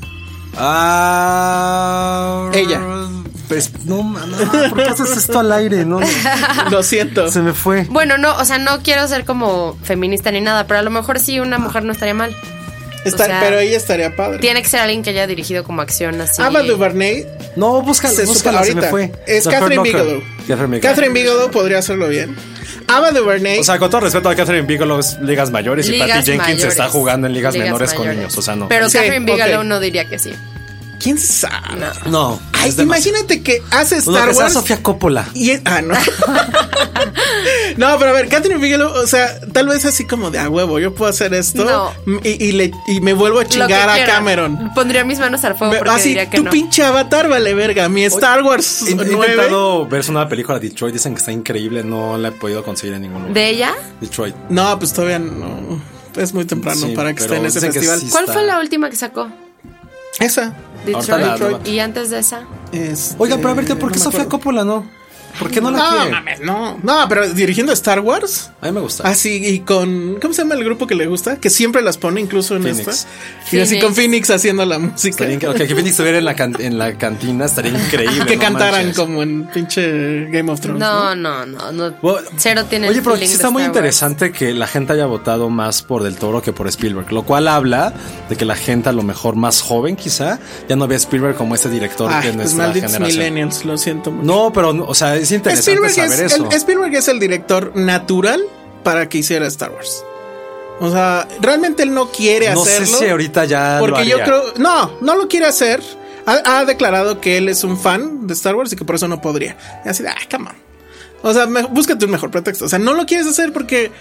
B: Ah,
C: Ella.
B: Pues, no, ma- no, ¿por qué haces esto al aire? No,
C: Lo siento.
B: se me fue.
D: Bueno, no, o sea, no quiero ser como feminista ni nada, pero a lo mejor sí una mujer no estaría mal.
C: Está-
D: o sea,
C: pero ella estaría padre.
D: Tiene que ser alguien que haya dirigido como acción así.
C: Ava DuVernay
B: No, búscala,
C: se supo
B: búscala,
C: ahorita.
B: se me fue.
C: Es
B: Se fue
C: Catherine
B: Knocker.
C: Bigelow.
B: Catherine Bigelow.
C: Catherine Bigelow podría hacerlo bien. Ava DuVernay.
B: O sea, con todo respeto a Catherine Bigelow, es ligas mayores y
D: Ligas
B: Patty Jenkins
D: mayores.
B: está jugando en ligas, menores con
D: mayores.
B: niños. O sea, no.
D: Pero
C: Sí,
D: Catherine Bigelow
C: ok.
D: no diría que sí.
C: ¿quién sabe?
B: no.
C: Ay,
B: es demasiado.
C: imagínate que hace
B: No,
C: Star
B: que sea
C: Wars.
B: Sofía Coppola.
C: Y es- ah, no. no, pero a ver, Catherine Bigelow, o sea, tal vez así como de a huevo, yo puedo hacer esto
D: No.
C: m- y, y le, y me vuelvo a
D: Lo que
C: chingar a
D: quieran.
C: Cameron. ah,
D: Pondría mis manos al fuego
C: Me-
D: porque
C: Así,
D: diría que
C: tu
D: no.
C: pinche avatar vale verga. Mi Star Wars
B: He, he
C: 9.
B: intentado ver su nueva película Detroit, dicen que está increíble, no la he podido conseguir en ningún lugar.
D: ¿De ella?
B: Detroit.
C: No, pues todavía no. Es muy temprano
B: Sí,
C: para que esté
B: pero
C: en ese
B: dicen que
C: festival.
B: sí.
D: ¿Cuál
B: Está-
D: fue la última que sacó?
C: Esa.
B: Ahorita la-
D: Detroit. Y antes de esa.
C: Este,
B: Oigan, pero a ver, ¿por qué
C: Eh, no me
B: Sofía
C: acuerdo. Ah,
B: Coppola no? ¿Por qué no la
D: Ah.
C: No,
B: quiere?
C: mames, no. No, pero dirigiendo Star Wars.
B: A mí me gusta.
C: Así, y con. ¿Cómo se llama el grupo que le gusta? Que siempre las pone incluso en
B: Phoenix.
C: esta. Y así
D: Phoenix.
C: con Phoenix haciendo la música.
B: Estaría increíble. Que Phoenix estuviera en la, can- en la cantina, estaría increíble.
C: Ah, que
B: no
C: cantaran
B: manches.
C: como en pinche Game of Thrones.
D: No, no, no, no.
B: Bueno,
D: Cero tiene
B: Oye,
D: el
B: pero sí
D: feeling de
B: está muy
D: Star Wars.
B: interesante que la gente haya votado más por Del Toro que por Spielberg, lo cual habla de que la gente a lo mejor más joven quizá ya no ve a Spielberg como este director
C: Ay,
B: que es
C: pues
B: nuestra
C: malditos
B: generación.
C: millennials, lo siento mucho.
B: No, pero o sea, es interesante
C: Spielberg es,
B: saber eso.
C: el, Spielberg es el director natural para que hiciera Star Wars. O sea, realmente él no quiere
B: no sé
C: hacerlo.
B: si ahorita ya lo
C: porque yo
B: haría.
C: creo. No, no lo quiere hacer. Ha, ha declarado que él es un fan de Star Wars y que por eso no podría. Y así de, ah, come on. O sea, me- búscate un mejor pretexto. O sea, no lo quieres hacer porque.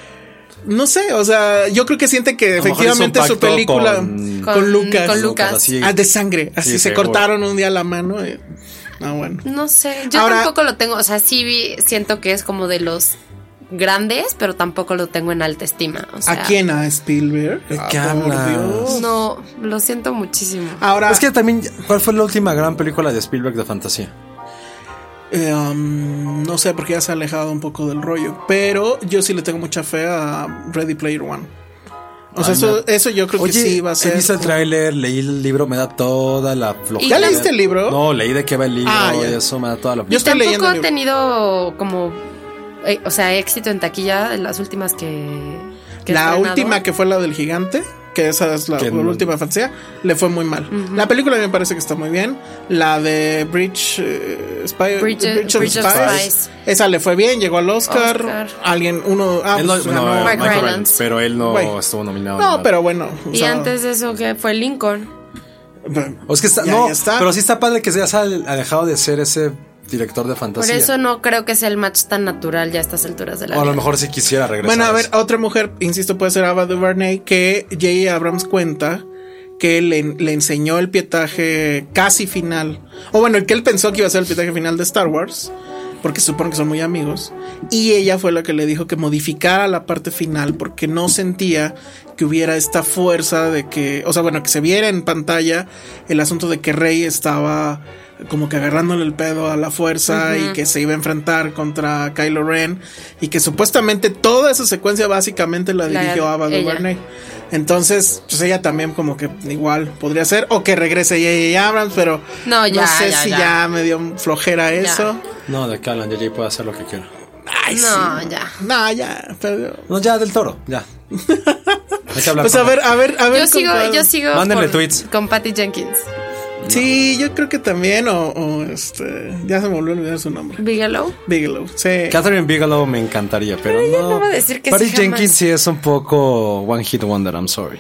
C: No sé, o sea, yo creo que siente que
B: A lo mejor hizo un
C: efectivamente su
B: pacto
C: película
B: con-
C: con,
D: Con-
C: Lucas.
D: con Lucas.
B: así.
C: Ah, de sangre. Así
B: Sí,
C: se
B: seguro.
C: cortaron un día la mano. y- no, bueno.
D: No sé, yo
C: Ahora-
D: tampoco lo tengo, o sea, sí vi- siento que es como de los grandes, pero tampoco lo tengo en alta estima. o sea,
C: ¿A quién? ¿A Spielberg?
B: ¿De
C: Ah,
B: qué
C: por
B: hablas?
C: Dios.
D: No, lo siento muchísimo.
C: Ahora,
B: Es que también, ¿cuál fue la última gran película de Spielberg de fantasía?
C: eh, um, no sé, porque ya se ha alejado un poco del rollo. Pero yo sí le tengo mucha fe a Ready Player One. O sea, eso, eso yo creo
B: Oye,
C: que sí va a
B: he
C: ser.
B: visto el tráiler, leí el libro, me da toda la flojera.
D: ¿Ya leíste
C: el libro?
B: No, leí de qué va el libro
C: Ah,
B: y
C: ya.
B: eso me da toda la
C: Yo
B: flojera.
C: estoy leyendo.
D: Tampoco
C: el
D: ha
C: libro.
D: tenido como, eh, o sea, éxito en taquilla en las últimas que... que he
C: La
D: estrenado.
C: última que fue la del gigante, que esa es la,
B: Que
C: la
B: no-
C: última fantasía, le fue muy mal. La película me parece que está muy bien. La de Bridge, eh, Spy-
D: Bridge-
C: Bridge of
D: Bridge of
C: Spies,
D: Spies.
C: Él le fue bien, llegó al Oscar.
D: Oscar.
C: Alguien, uno. ah,
B: Él no,
C: pues,
B: bueno,
C: ganó.
D: Mike
B: Michael
D: Rylance.
B: Rylance, pero él no
C: Güey.
B: estuvo nominado. ni
C: No,
B: nada.
C: pero bueno. o
D: Y
C: sea,
D: antes de eso que fue Lincoln.
B: O es que está,
C: Ya,
B: no,
C: ya está.
B: pero sí está padre que ya se ha ha dejado de ser ese director de
D: Por
B: fantasía.
D: eso no creo que sea el match tan natural ya a estas alturas de la
B: o a
D: vida.
B: lo mejor si quisiera regresar.
C: Bueno, a ver,
B: eso.
C: otra mujer, insisto, puede ser Ava DuVernay, que J.A. Abrams cuenta que le, le enseñó el pietaje casi final, o bueno, el que él pensó que iba a ser el pietaje final de Star Wars, porque supone que son muy amigos, y ella fue la que le dijo que modificara la parte final porque no sentía que hubiera esta fuerza de que, o sea, bueno, que se viera en pantalla el asunto de que Rey estaba como que agarrándole el pedo a la fuerza y que se iba a enfrentar contra Kylo Ren y que supuestamente toda esa secuencia básicamente la
D: La-
C: dirigió Ava
D: ella.
C: DuVernay. Entonces, pues ella también como que igual podría ser o que regrese J.J. Abrams, pero
D: No, ya,
C: sé
D: ya,
C: si
D: ya.
C: ya. me dio flojera eso.
B: No, de Calan, JJ puede hacer lo que quiera.
C: Ay, sí.
D: No, ya.
C: No, ya. pero-
B: No, ya del toro, ya. Hay que hablar.
C: Pues a
B: con
C: ver, a ver, a ver.
D: Yo
C: con
D: sigo,
C: cuál-
D: yo sigo
B: Mándenle tweets.
D: con Patty Jenkins.
C: Sí, yo creo que también, o, o, este. Ya se me volvió a olvidar su nombre.
D: Bigelow.
C: Bigelow. Sí.
B: él. Catherine Bigelow me encantaría, pero
D: ella
B: no.
D: no va a decir que
B: Patty
D: sí jamás.
B: Jenkins sí es un poco One Hit Wonder, I'm sorry.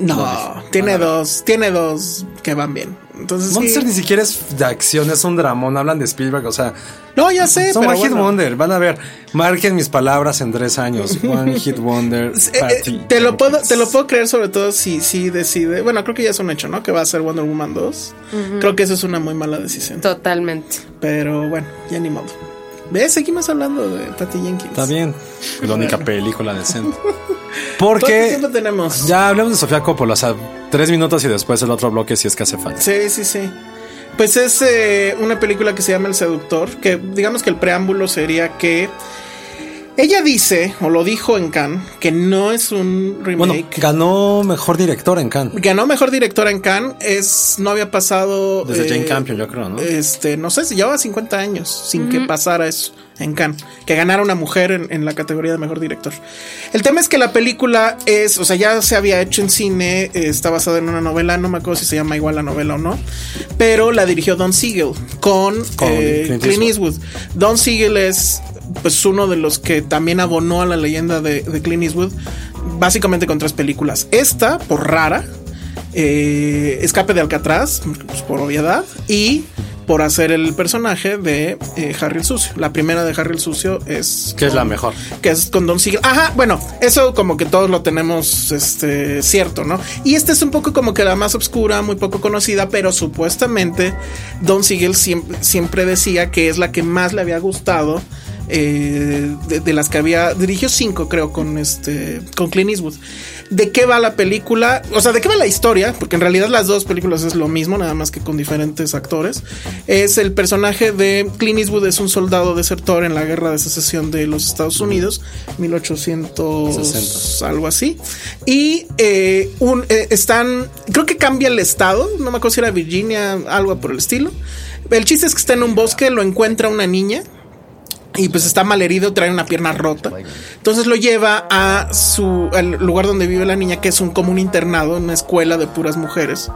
C: No, tiene dos, tiene dos que van bien. Entonces. sí.
B: Monster ni siquiera es de acción, es un dramón. Hablan de Spielberg, o sea,
C: No, ya sé,
B: son
C: pero
B: One Hit
C: bueno.
B: Wonder. Van a ver, marquen mis palabras en tres años. One Hit Wonder.
C: Eh, eh,
B: Patty
C: te lo puedo,
B: Jenkins.
C: te lo puedo creer sobre todo si, si decide. Bueno, creo que ya es un hecho, ¿no? Que va a ser Wonder Woman 2. Creo que eso es una muy mala decisión.
D: Totalmente.
C: Pero bueno, ya ni modo. ¿Ves? Seguimos hablando de Patty Jenkins.
B: Está bien. La única película decente.
C: ¿Cuánto
B: Porque
C: tiempo tenemos?
B: ya hablamos de Sofía Coppola, o sea, tres minutos y después el otro bloque si es que hace falta.
C: Sí, sí, sí. Pues es eh, una película que se llama El Seductor, que digamos que el preámbulo sería que ella dice, o lo dijo en Cannes, que no es un remake.
B: Bueno, ganó mejor director en Cannes.
C: Ganó mejor directora en Cannes, es, no había pasado...
B: Desde
C: eh,
B: Jane Campion, yo creo, ¿no?
C: Este, no sé, si llevaba 50 años sin que pasara eso en Cannes, que ganara una mujer en, en la categoría de mejor director. El tema es que la película es, o sea, ya se había hecho en cine, eh, está basada en una novela, no me acuerdo si se llama igual la novela o no, pero la dirigió Don Siegel con,
B: Con
C: eh,
B: Clint
C: Clint Eastwood. Don Siegel es pues uno de los que también abonó a la leyenda de, de Clint Eastwood, básicamente con tres películas. Esta, por rara, eh, Escape de Alcatraz, pues, por obviedad, y por hacer el personaje de eh, Harry el Sucio. La primera de Harry el Sucio es...
B: Que es la
C: con-
B: mejor.
C: Que es con Don Siegel. Ajá, bueno, eso como que todos lo tenemos este, cierto, ¿no? Y esta es un poco como que la más obscura, muy poco conocida, pero supuestamente Don Siegel siempre, siempre decía que es la que más le había gustado eh, de, de las que había. Dirigió cinco, creo, con este. con Clint Eastwood. ¿De qué va la película? O sea, ¿de qué va la historia? Porque en realidad las dos películas es lo mismo, nada más que con diferentes actores. Es el personaje de Clint Eastwood, es un soldado desertor en la guerra de secesión de los Estados Unidos, 1800,
B: 60.
C: algo así. Y eh, un, eh, están, creo que cambia el estado, no me acuerdo si era Virginia, algo por el estilo. El chiste es que está en un bosque, lo encuentra una niña y pues está mal herido, trae una pierna rota. Entonces lo lleva a su al lugar donde vive la niña, que es un como un internado, una escuela de puras mujeres.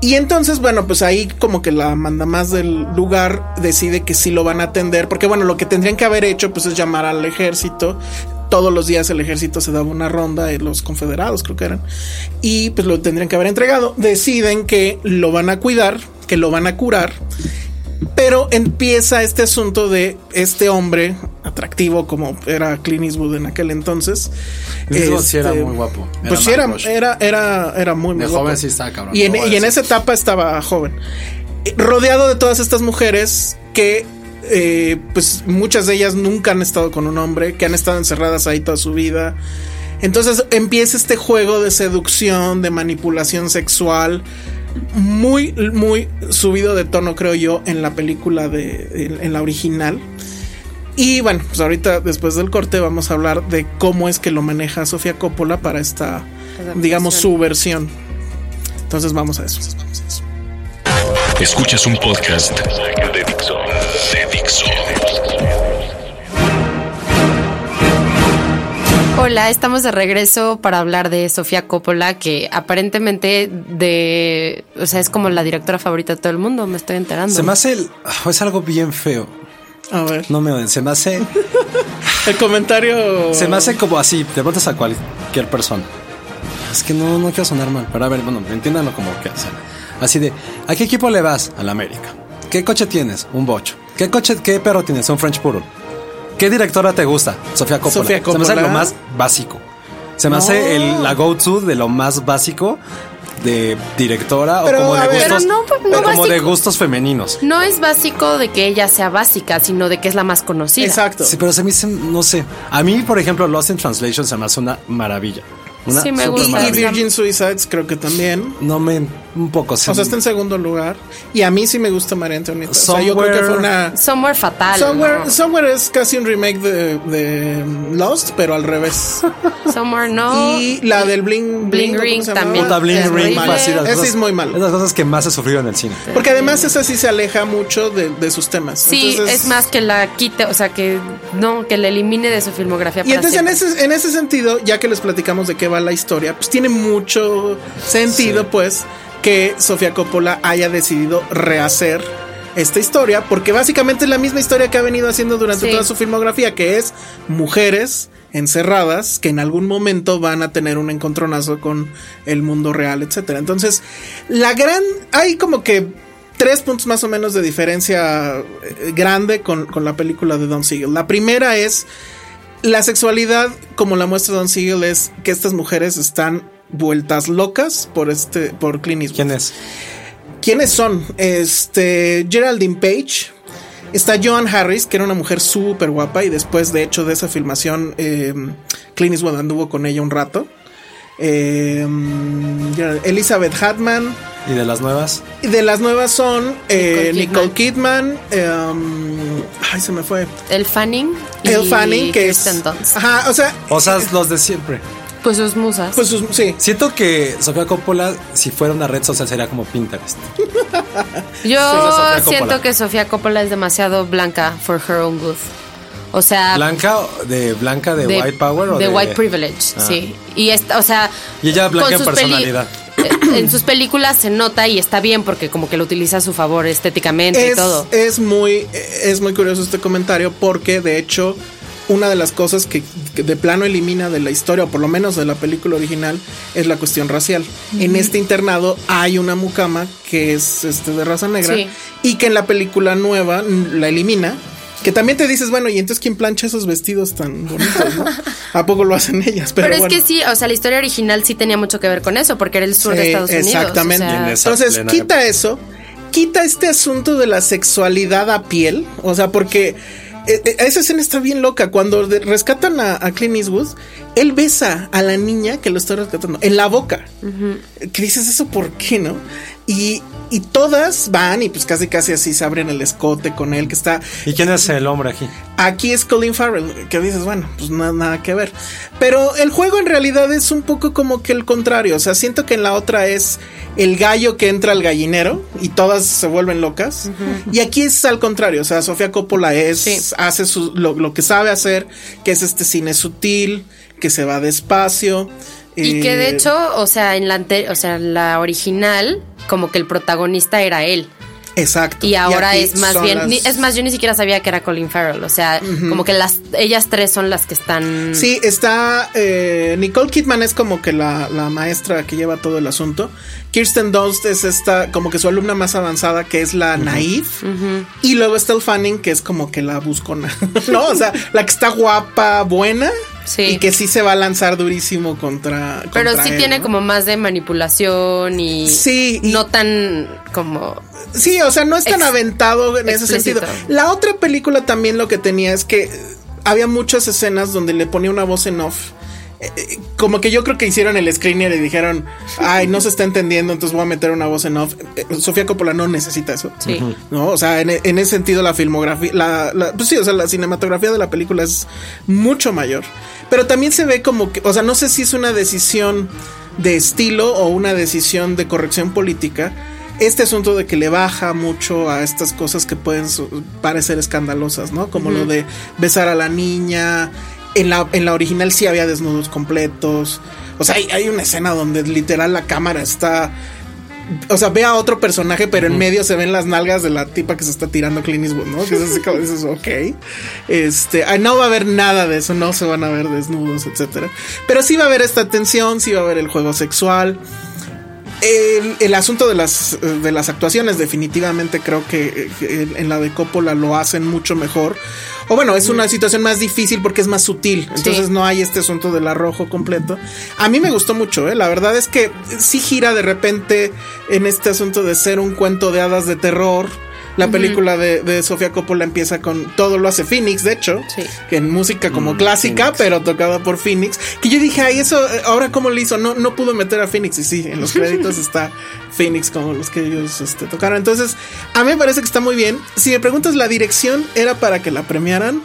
C: Y entonces, bueno, pues ahí como que la manda más del lugar decide que sí lo van a atender, porque bueno, lo que tendrían que haber hecho pues es llamar al ejército. Todos los días el ejército se daba una ronda de los confederados, creo que eran. Y pues lo tendrían que haber entregado. Deciden que lo van a cuidar, que lo van a curar. Pero empieza este asunto de este hombre atractivo como era Clint Eastwood en aquel entonces.
B: Clint Eastwood sí era
C: Este,
B: muy guapo. Era
C: pues sí era,
B: Mike Rush.
C: era, era, era muy, muy
B: De
C: guapo.
B: joven sí estaba cabrón,
C: Y en,
B: no voy a
C: y en
B: decir.
C: esa etapa estaba joven. Eh, Rodeado de todas estas mujeres que, eh, pues muchas de ellas nunca han estado con un hombre, que han estado encerradas ahí toda su vida. Entonces empieza este juego de seducción, de manipulación sexual, muy, muy subido de tono, creo yo, en la película de, en- en la original. Y bueno, pues ahorita después del corte vamos a hablar de cómo es que lo maneja Sofía Coppola para esta,
D: Adaptación.
C: digamos, su versión. Entonces vamos a eso. entonces vamos a eso.
A: Escuchas un podcast de Dixo. De Dixo.
D: Hola, estamos de regreso para hablar de Sofía Coppola, que aparentemente de, o sea, es como la directora favorita de todo el mundo, me estoy enterando.
B: Se me hace. el- ah, es algo bien feo.
C: A ver,
B: No me oden. Se me hace.
C: el comentario.
B: Se me hace como así, te preguntas a cualquier persona. Es que no, no quiero sonar mal, pero a ver, bueno, entiéndanlo como que hacen. Así de, ¿a qué equipo le vas? Al América. ¿Qué coche tienes? Un bocho. ¿Qué coche, qué perro tienes? Un French Poodle. ¿Qué directora te gusta? Sofía Coppola.
C: Sofía
B: Se me hace lo
C: Coppola.
B: más básico. Se me hace el, la go-to de lo más básico de directora
C: Pero,
B: o como
C: a
B: de
C: ver.
B: gustos,
D: Pero no- no
B: o como de
D: básico.
B: gustos femeninos.
D: No es básico de que ella sea básica, sino de que es la más conocida.
C: Exacto.
B: Sí, pero se me dice, no sé. A mí, por ejemplo, Lost in Translation se me hace una maravilla. Una
D: Sí, me
B: super
C: Y-
D: gusta.
C: y,
B: maravilla.
C: Virgin Suicides creo que también.
B: No me. Un poco. sí.
C: O sea, está en segundo lugar. Y a mí sí me gusta María Antonieta. O sea, yo creo que fue
B: Somewhere-
C: una.
D: Somewhere fatal.
C: Somewhere,
D: no.
C: Somewhere es casi un remake de, de Lost, pero al revés.
D: Somewhere no.
C: y la del Bling
D: Oh, Bling
C: ¿cómo
D: Ring
C: se llamaba?
D: también.
B: Puta, Bling
C: Es muy
B: Ring,
C: mala.
B: fue así, las
C: Esa
B: cosas-
C: es muy mala.
B: Es las cosas que más he sufrido en el cine.
C: Porque además esa sí se aleja mucho de, de sus temas.
D: Sí,
C: Entonces-
D: es más que la quite, o sea, que no, que la elimine de su filmografía.
C: Y
D: para
C: entonces en
D: siempre.
C: ese, en ese sentido, ya que les platicamos de qué va la historia, pues tiene mucho sentido pues que Sofía Coppola haya decidido rehacer esta historia, porque básicamente es la misma historia que ha venido haciendo durante
D: Sí.
C: toda su filmografía, que es mujeres encerradas que en algún momento van a tener un encontronazo con el mundo real, etcétera. Entonces, la gran hay como que tres puntos más o menos de diferencia eh, grande con, con la película de Don Siegel. La primera es la sexualidad, como la muestra Don Siegel, es que estas mujeres están vueltas locas por este, por Clint Eastwood.
B: ¿Quién es?
C: ¿Quiénes son? Este, Geraldine Page. Está Joan Harris, que era una mujer súper guapa y después, de hecho, de esa filmación, eh, Clint Eastwood anduvo con ella un rato. Eh, Elizabeth Hartman.
B: ¿Y de las nuevas?
C: Y De las nuevas son eh, Nicole
D: Nicole
C: Kidman. em, ay, se me fue.
D: El Fanning. y
C: El Fanning, que es.
D: Kristen Dunst.
C: Ajá, o sea,
B: O sea, los de siempre.
D: Pues sus musas.
C: pues sus- sí.
B: Siento que Sofía Coppola, si fuera una red social, sería como Pinterest.
D: Yo
B: es Sofía
D: siento
B: Coppola.
D: que Sofía Coppola es demasiado blanca for her own good. O sea,
B: Blanca de blanca de, White Power o
D: Ah. de white privilege,
B: Ah.
D: sí. Y esta, o sea,
B: Y ella blanca
D: con
B: en
D: sus peli-
B: personalidad.
D: eh, En sus películas se nota y está bien porque como que lo utiliza a su favor estéticamente y
C: Es,
D: todo.
C: es muy, es muy curioso este comentario porque, de hecho, una de las cosas que, que de plano elimina de la historia, o por lo menos de la película original, es la cuestión racial. En este internado hay una mucama que es este, de raza negra
D: Sí.
C: y que en la película nueva mm, la elimina. Que también te dices, bueno, ¿y entonces quién plancha esos vestidos tan bonitos? no? ¿A poco lo hacen ellas? Pero,
D: Pero, es
C: bueno.
D: que sí, o sea, la historia original sí tenía mucho que ver con eso, porque era el sur de
C: Sí,
D: Estados Unidos.
C: Exactamente.
D: o sea,
B: Y en esa
C: Entonces,
B: plena
C: quita eso, quita este asunto de la sexualidad a piel, o sea, porque eh, eh, esa escena está bien loca. Cuando de- rescatan a, a Clint Eastwood, él besa a la niña que lo está rescatando en la boca. ¿Qué dices eso? ¿Por qué no? Y, y todas van y pues casi casi así se abren el escote con él que está...
B: ¿Y quién es el hombre aquí?
C: Aquí es Colin Farrell, que dices, bueno, pues na- nada que ver. Pero el juego en realidad es un poco como que el contrario. O sea, siento que en la otra es el gallo que entra al gallinero y todas se vuelven locas. Y aquí es al contrario. O sea, Sofía Coppola es,
D: Sí.
C: hace su- lo, lo que sabe hacer, que es este cine sutil, que se va despacio.
D: Y que
C: eh,
D: de hecho, o sea, en la ante- o sea, en la original, como que el protagonista era él.
C: Exacto.
D: Y ahora
C: aquí
D: es más
C: son
D: bien,
C: las-
D: ni- es más, yo ni siquiera sabía que era Colin Farrell. O sea, como que las, ellas tres son las que están.
C: Sí, está eh, Nicole Kidman es como que la, la maestra que lleva todo el asunto. Kirsten Dunst es esta como que su alumna más avanzada que es la naif y luego está el Fanning que es como que la buscona, no, o sea, la que está guapa, buena
D: Sí.
C: y que sí se va a lanzar durísimo contra.
D: Pero
C: contra
D: sí
C: él,
D: tiene
C: ¿no?
D: como más de manipulación y
C: Sí, y-
D: no tan como
C: Sí, o sea, no es tan
D: Ex-
C: aventado en ese
D: explícito.
C: sentido. La otra película también lo que tenía es que eh, había muchas escenas donde le ponía una voz en off. Eh, eh, Como que yo creo que hicieron el screener y dijeron, ay, no se está entendiendo, entonces voy a meter una voz en off. Eh, Sofía Coppola no necesita eso.
D: Sí. Ujú.
C: ¿No? O sea, en, en ese sentido la filmografía, la, la- pues sí, o sea, la cinematografía de la película es mucho mayor. Pero también se ve como que, o sea, no sé si es una decisión de estilo o una decisión de corrección política. Este asunto de que le baja mucho a estas cosas que pueden su- parecer escandalosas, ¿no? Como lo de besar a la niña. En la, en la original sí había desnudos completos. O sea, hay, hay una escena donde literal la cámara está o sea, ve a otro personaje, pero en medio se ven las nalgas de la tipa que se está tirando Clint Eastwood, ¿no? Que es así como dices, ok. Este, ah, no va a haber nada de eso, no se van a ver desnudos, etcétera. Pero sí va a haber esta tensión, sí va a haber el juego sexual. El, el asunto de las, eh, de las actuaciones, definitivamente creo que eh, en- en la de Coppola lo hacen mucho mejor. O bueno, es una situación más difícil porque es más sutil. Entonces no hay este asunto del arrojo completo. A mí me gustó mucho, ¿eh? La verdad es que sí gira de repente en este asunto de ser un cuento de hadas de terror. La película de, de Sofía Coppola empieza con todo lo hace Phoenix, de hecho,
D: Sí.
C: que en música como
B: Mm,
C: clásica, pero tocada por Phoenix. Que yo dije, ay, eso, eh, ahora cómo lo hizo, no, no pudo meter a Phoenix. Y sí, en los créditos está Phoenix como los que ellos este, tocaron. Entonces, a mí me parece que está muy bien. Si me preguntas, la dirección era para que la premiaran.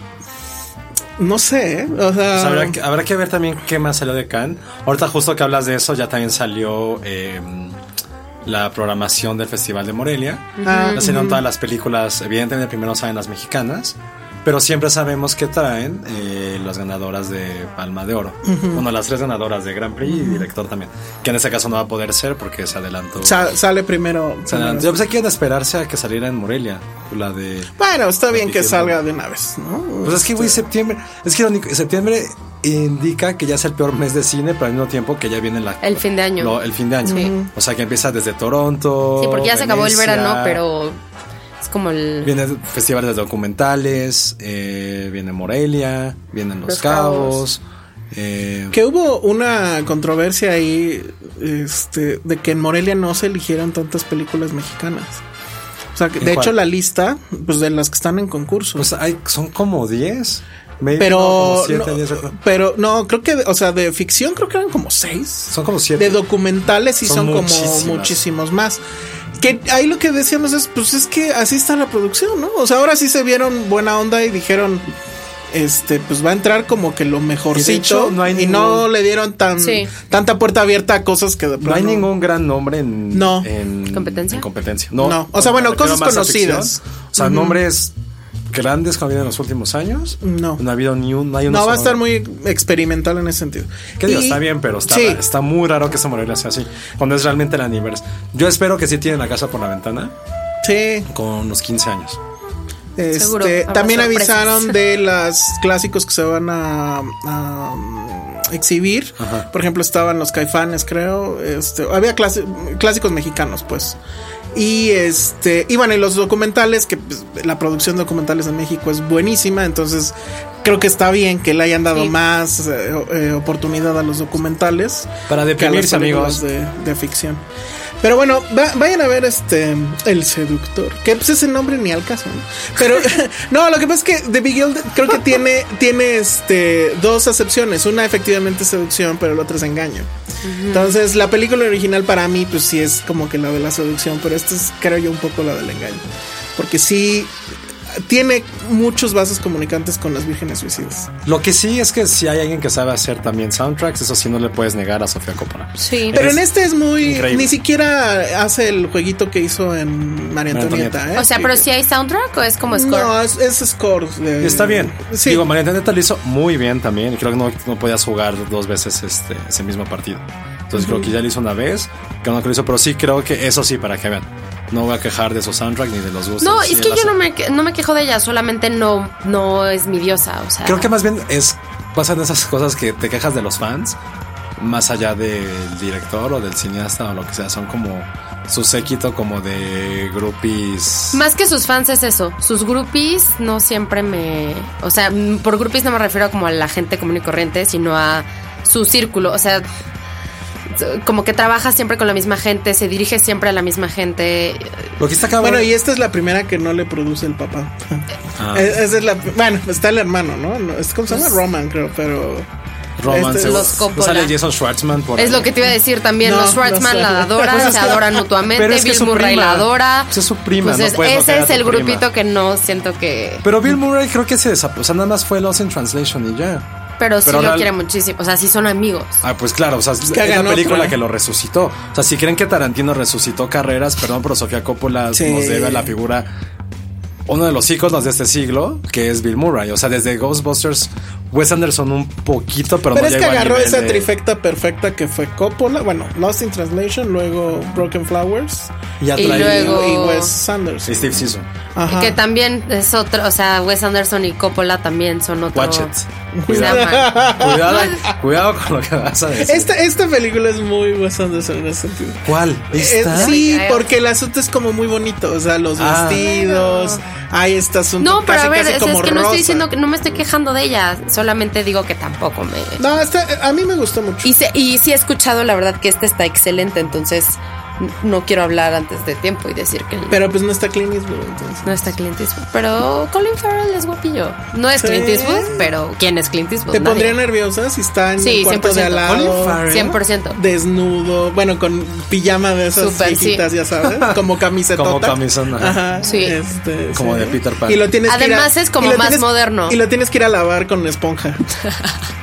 C: No sé, ¿eh? o sea,
B: Pues habrá, que, habrá que ver también qué más salió de Cannes. Ahorita justo que hablas de eso, ya también salió eh, la programación del Festival de Morelia.
C: Ah,
B: Ya salieron todas las películas, evidentemente primero salen las mexicanas, pero siempre sabemos que traen eh, las ganadoras de Palma de Oro. Bueno, las tres ganadoras de Grand Prix y director también. Que en este caso no va a poder ser porque se adelantó.
C: sa- sale primero. este.
B: se adelantó. Yo pensé que iban a esperarse a que saliera en Morelia, la de...
C: Bueno, está bien que
B: Diciembre.
C: salga de una vez, ¿no?
B: Pues es que, güey, septiembre. Es que lo único- septiembre indica que ya es el peor mes de cine, pero al mismo tiempo que ya viene la.
D: El fin de año.
B: lo- el fin de año. O sea, que empieza desde Toronto.
D: Sí, porque ya se acabó el
B: Venecia,
D: verano, pero es como el
B: Viene festivales de documentales, eh, viene Morelia, vienen Los,
D: Los
B: Cabos.
D: Cabos.
B: eh,
C: Que hubo una controversia ahí este, de que en Morelia no se eligieron tantas películas mexicanas. O sea, que
B: ¿En
C: de
B: cuál?
C: hecho la lista, pues de las que están en concurso.
B: pues hay, son como 10. maybe, no,
C: pero,
B: como siete,
C: no,
B: 10, yo creo.
C: pero no, creo que, o sea, de ficción creo que eran como seis.
B: son como 7.
C: de documentales y
B: Son
C: son, como
B: muchísimas.
C: muchísimos más. Que ahí lo que decíamos es, pues es que así está la producción, ¿no? O sea, ahora sí se vieron buena onda y dijeron, este, pues va a entrar como que lo mejorcito. Y,
B: hecho, no hay
C: no
B: ningún-
C: le dieron tan
D: Sí.
C: tanta puerta abierta a cosas que de
B: No hay
C: plano-
B: ningún gran nombre en,
C: No.
B: en-
D: ¿Competencia?
B: en competencia. No,
C: No. O sea, bueno,
B: Me refiero
C: cosas
B: más a
C: conocidas.
B: ficción. O sea, nombres grandes que ha habido en los últimos años.
C: No.
B: No ha habido ni un. No, hay una
C: No va a
B: sola-
C: estar muy experimental en ese sentido.
B: Que digo,
C: Y-
B: está bien, pero está,
C: sí.
B: está muy raro que esta Morelia sea así. Cuando es realmente el aniversario. Yo espero que sí tienen la casa por la ventana
C: Sí.
B: con los 15 años.
C: Este,
D: Seguro, habrá
C: también
D: sorpresas.
C: avisaron de los clásicos que se van a, a, mm, exhibir.
B: Ajá.
C: Por ejemplo, estaban los caifanes, creo. Este, había clasi- clásicos mexicanos, pues. Y este, y bueno, y los documentales, que pues, la producción de documentales en México es buenísima, entonces creo que está bien que le hayan dado
D: Sí.
C: más eh, o- eh, oportunidad a los documentales.
B: Para
C: que a las
B: deprimirse,
C: películas
B: amigos.
C: De, de ficción. Pero bueno, va- vayan a ver este El Seductor. Que pues ese nombre ni al caso. ¿no? Pero no, lo que pasa es que The Big Guild creo que tiene, tiene este, dos acepciones. Una efectivamente es seducción, pero la otra es engaño. Entonces, la película original para mí, pues sí es como que la de la seducción, pero esta es, creo yo, un poco la del engaño. Porque sí tiene muchos vasos comunicantes con las vírgenes suicidas.
B: Lo que sí es que si hay alguien que sabe hacer también soundtracks, eso sí no le puedes negar a Sofía Coppola.
D: Sí.
C: Pero
B: Es
C: en este es muy.
B: increíble.
C: Ni siquiera hace el jueguito que hizo en María
B: María
C: Antonieta,
B: Antonieta.
C: ¿eh?
D: O sea, pero si hay soundtrack o es como score.
C: No, es, es score. de-
B: Está bien.
C: Sí.
B: Digo, María Antonieta lo hizo muy bien también. Creo que no, no podías jugar dos veces este, ese mismo partido. Entonces creo que ya lo hizo una vez, que no lo hizo, pero sí creo que eso sí, para que vean. No voy a quejar de esos soundtracks ni de los gustos.
D: No,
B: Sí,
D: es que
B: la-
D: yo no me, que- no me quejo de ella, solamente no, no es mi diosa, o sea.
B: Creo que más bien es pasan esas cosas que te quejas de los fans, más allá del director o del cineasta o lo que sea. Son como su séquito como de groupies.
D: Más que sus fans es eso, sus groupies no siempre me... O sea, mm, por groupies no me refiero como a la gente común y corriente, sino a su círculo, o sea, s- como que trabaja siempre con la misma gente, se dirige siempre a la misma gente.
B: Lo que está cabrón.
C: Bueno, y esta es la primera que no le produce el papá.
B: Ah,
C: Es- Esa es la. Bueno, está el hermano, ¿no? No, es como se llama Roman, creo, pero.
B: romance.
C: este-
D: Los
B: ¿No
D: Coppola.
B: sale Jason Schwartzman por
D: Es
B: ahí?
D: lo que te iba a decir también,
C: No,
D: los Schwartzman
C: no sé.
D: la adoran,
C: Pues es
D: se
C: que-
D: adoran mutuamente,
B: pero es que
D: Bill
B: es su
D: Murray la
B: prima.
D: adora.
B: Pues es su prima,
D: Pues
B: no
D: es-
B: puedes
D: ese
B: odiar a
D: es
B: tu
D: el
B: prima.
D: grupito que no siento que...
B: Pero Bill Murray creo que se desapareció. O sea, nada más fue Lost in Translation y ya.
D: Pero sí
B: pero
D: lo
B: real-
D: quiere muchísimo, o sea, sí son amigos.
B: Ah, pues claro, o sea,
C: que
B: es
C: hagan
B: la película
C: otra.
B: que lo resucitó. O sea, si creen que Tarantino resucitó carreras, perdón, pero Sofía Coppola
C: Sí.
B: nos debe a la figura, uno de los íconos de este siglo, que es Bill Murray. O sea, desde Ghostbusters, Wes Anderson un poquito, pero, no
C: Pero es que
B: llegó al
C: agarró
B: nivel
C: esa
B: de-
C: trifecta perfecta que fue Coppola. Bueno, Lost in Translation, luego Broken Flowers
B: Y, ha
D: Y
B: traído-
D: luego-
C: y Wes Sanders.
B: y Steve Sisson.
C: Ajá.
D: Que también es otro, o sea, Wes Anderson y Coppola también son otro.
B: Watch it.
D: Se
B: Cuidado,
D: aman.
B: cuidado, cuidado con lo que vas a decir.
C: Esta, esta película es muy Wes Anderson en ese sentido.
B: ¿Cuál? ¿Esta?
C: Eh, sí,
D: Ay,
C: porque el asunto es como muy bonito. O sea, los
B: Ah.
C: vestidos. Hay este asunto.
D: No, pero
C: casi,
D: a ver,
C: casi
D: es,
C: como
D: es que no
C: rosa.
D: estoy diciendo que no me estoy quejando de ella, solamente digo que tampoco me.
C: No, esta- a mí me gustó mucho.
D: Y, se- y sí he escuchado la verdad que este está excelente, entonces n- no quiero hablar antes de tiempo y decir que
C: Pero pues no está Clint Eastwood, entonces.
D: no está Clint Eastwood. Pero Colin Farrell es guapillo. No es
C: Sí.
D: Clint Eastwood, pero ¿quién es Clint Eastwood?
C: Te
D: Nadie.
C: pondría nerviosa si está en
D: Sí,
C: el cuarto de al
D: 100%.
C: lado,
B: Colin Farrell.
D: 100%.
C: desnudo, bueno, con pijama de esas
D: Súper, sí.
C: viejitas, ya sabes, como camisetota.
B: Como camisón, ajá.
C: Ajá,
D: Sí.
C: este,
B: Como de Peter Pan.
C: Y lo tienes que ir a-
D: Además es como
C: y lo
D: más
C: tienes-
D: moderno.
C: Y lo tienes que ir a lavar con esponja.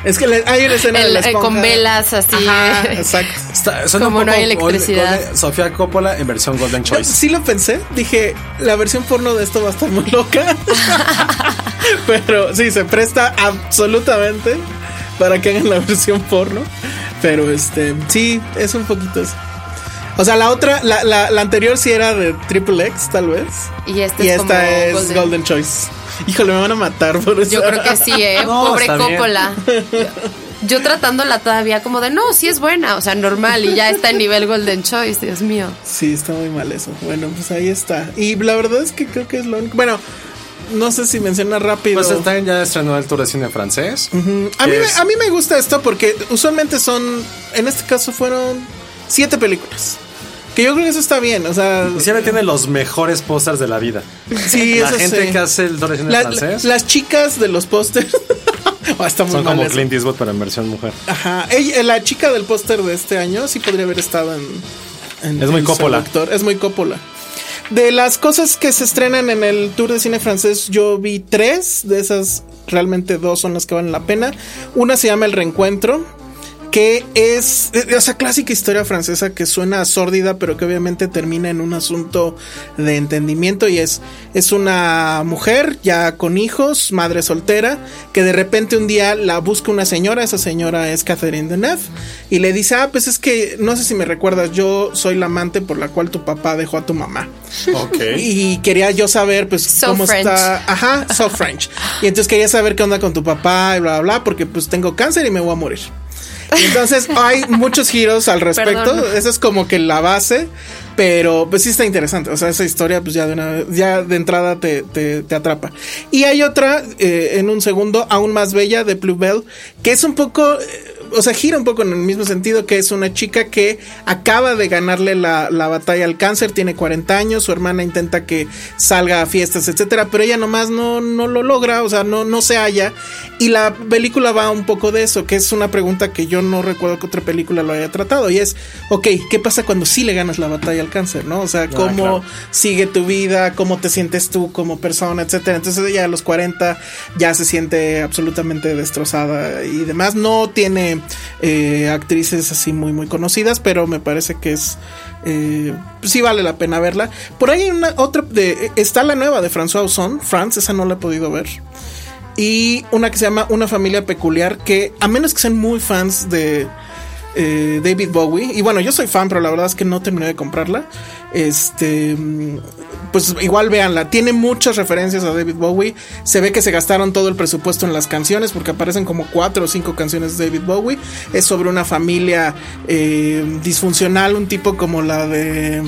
C: es que le- hay una escena de
D: El-
C: la
D: eh,
C: esponja.
D: con velas así.
C: Ajá, exacto.
B: Está- suena
D: Como
B: un
D: no
B: poco
D: hay electricidad.
B: Golden- Sofía Coppola en versión Golden
C: No,
B: Choice.
C: sí lo pensé, dije, la versión porno de esto va a estar muy loca. pero sí, se presta absolutamente para que hagan la versión porno. Pero este, sí, es un poquito eso. O sea, la otra, la, la- la anterior sí era de Triple X, tal vez.
D: Y esta
C: y
D: es como
C: esta es Golden.
D: Golden.
C: Choice. Híjole, me van a matar por eso.
D: Yo creo que sí, ¿eh?
B: No,
D: Pobre
B: está bien.
D: Coppola. Yo, yo tratándola todavía como de, no, sí es buena, o sea, normal, y ya está en nivel Golden Choice, Dios mío.
C: Sí, está muy mal eso. Bueno, pues ahí está. Y la verdad es que creo que es lo único. Bueno, no sé si menciona rápido.
B: Pues también ya estrenó el tour de cine francés.
C: A mí,
B: que
C: me,
B: es-
C: a mí me gusta esto porque usualmente son, en este caso fueron siete películas. Que yo creo que eso está bien, o sea...
B: Y siempre tiene los mejores pósters de la vida.
C: Sí,
B: la
C: eso
B: gente
C: sí.
B: que hace el tour de cine
C: La-
B: francés
C: las chicas de los pósters... Ah, está muy
B: son
C: mal
B: como
C: eso.
B: Clint Eastwood, pero en versión mujer.
C: Ajá. Ella- la chica del póster de este año sí podría haber estado en. en-
B: Es muy
C: en
B: Coppola.
C: Seductor. Es muy Coppola. De las cosas que se estrenan en el Tour de Cine Francés, yo vi tres. De esas, realmente dos son las que valen la pena. Una se llama El Reencuentro, que es eh, esa clásica historia francesa que suena sórdida, pero que obviamente termina en un asunto de entendimiento y es, es una mujer ya con hijos, madre soltera, que de repente un día la busca una señora, esa señora es Catherine Deneuve, y le dice, ah, pues es que no sé si me recuerdas, yo soy la amante por la cual tu papá dejó a tu mamá.
B: Ok.
C: Y quería yo saber, pues,
D: So
C: cómo
D: French.
C: está. Ajá, so French. Y entonces quería saber qué onda con tu papá y bla, bla, bla, porque pues tengo cáncer y me voy a morir. Entonces hay muchos giros al respecto.
D: Perdón.
C: Esa es como que la base. Pero pues sí está interesante. O sea, esa historia pues ya de, una, ya de entrada te, te- te atrapa. Y hay otra eh, en un segundo aún más bella de Blue Bell. Que es un poco... eh, o sea, gira un poco en el mismo sentido que es una chica que acaba de ganarle la, la batalla al cáncer, tiene 40 años, su hermana intenta que salga a fiestas, etcétera, pero ella nomás no, no lo logra, o sea, no, no se halla. Y la película va un poco de eso, que es una pregunta que yo no recuerdo que otra película lo haya tratado, y es, ok, ¿qué pasa cuando sí le ganas la batalla al cáncer, no? O sea, ¿cómo sigue tu vida? ¿Cómo te sientes tú como persona, etcétera? Entonces ella a los 40 ya se siente absolutamente destrozada y demás. No tiene eh, actrices así muy, muy conocidas, pero me parece que es. Eh, sí vale la pena verla. Por ahí hay una otra. De, eh, está la nueva de François Ozon, France, esa no la he podido ver. Y una que se llama Una familia peculiar, que a menos que sean muy fans de. eh, David Bowie y bueno yo soy fan pero la verdad es que no terminé de comprarla este mm, pues igual véanla tiene muchas referencias a David Bowie se ve que se gastaron todo el presupuesto en las canciones porque aparecen como cuatro o cinco canciones de David Bowie es sobre una familia eh, disfuncional un tipo como la de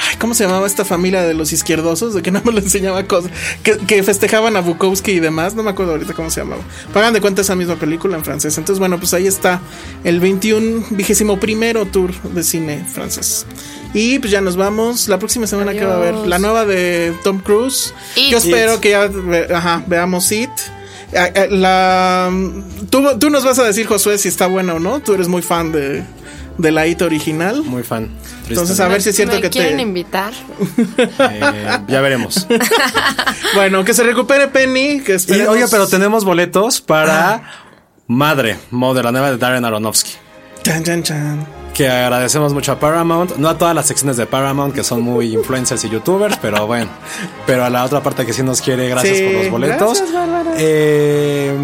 C: Ay, ¿cómo se llamaba esta familia de los izquierdosos? De que no me lo enseñaba cosas. Que, que festejaban a Bukowski y demás. No me acuerdo ahorita cómo se llamaba. Pagan de cuenta esa misma película en francés. Entonces, bueno, pues ahí está el 21, vigésimo primero tour de cine francés. Y pues ya nos vamos. La próxima semana que va a haber la nueva de Tom Cruise.
D: It.
C: Yo espero que ya ve- ajá, veamos It. Ah, ah, La, tú, tú nos vas a decir, Josué, si está buena o no. Tú eres muy fan de, de la It original.
B: Muy fan.
C: Entonces, a ver si es cierto
D: ¿Me
C: que
D: quieren
C: te.
D: invitar?
B: Eh, ya veremos.
C: Bueno, que se recupere Penny, que
B: Y,
C: esperemos.
B: oye, pero tenemos boletos para Madre, Mother, la nueva de Darren Aronofsky.
C: Chan, chan, chan.
B: Que agradecemos mucho a Paramount, no a todas las secciones de Paramount que son muy influencers y youtubers, pero bueno, pero a la otra parte que sí nos quiere, gracias
C: Sí,
B: por los boletos.
C: gracias, Bárbara.
B: Eh,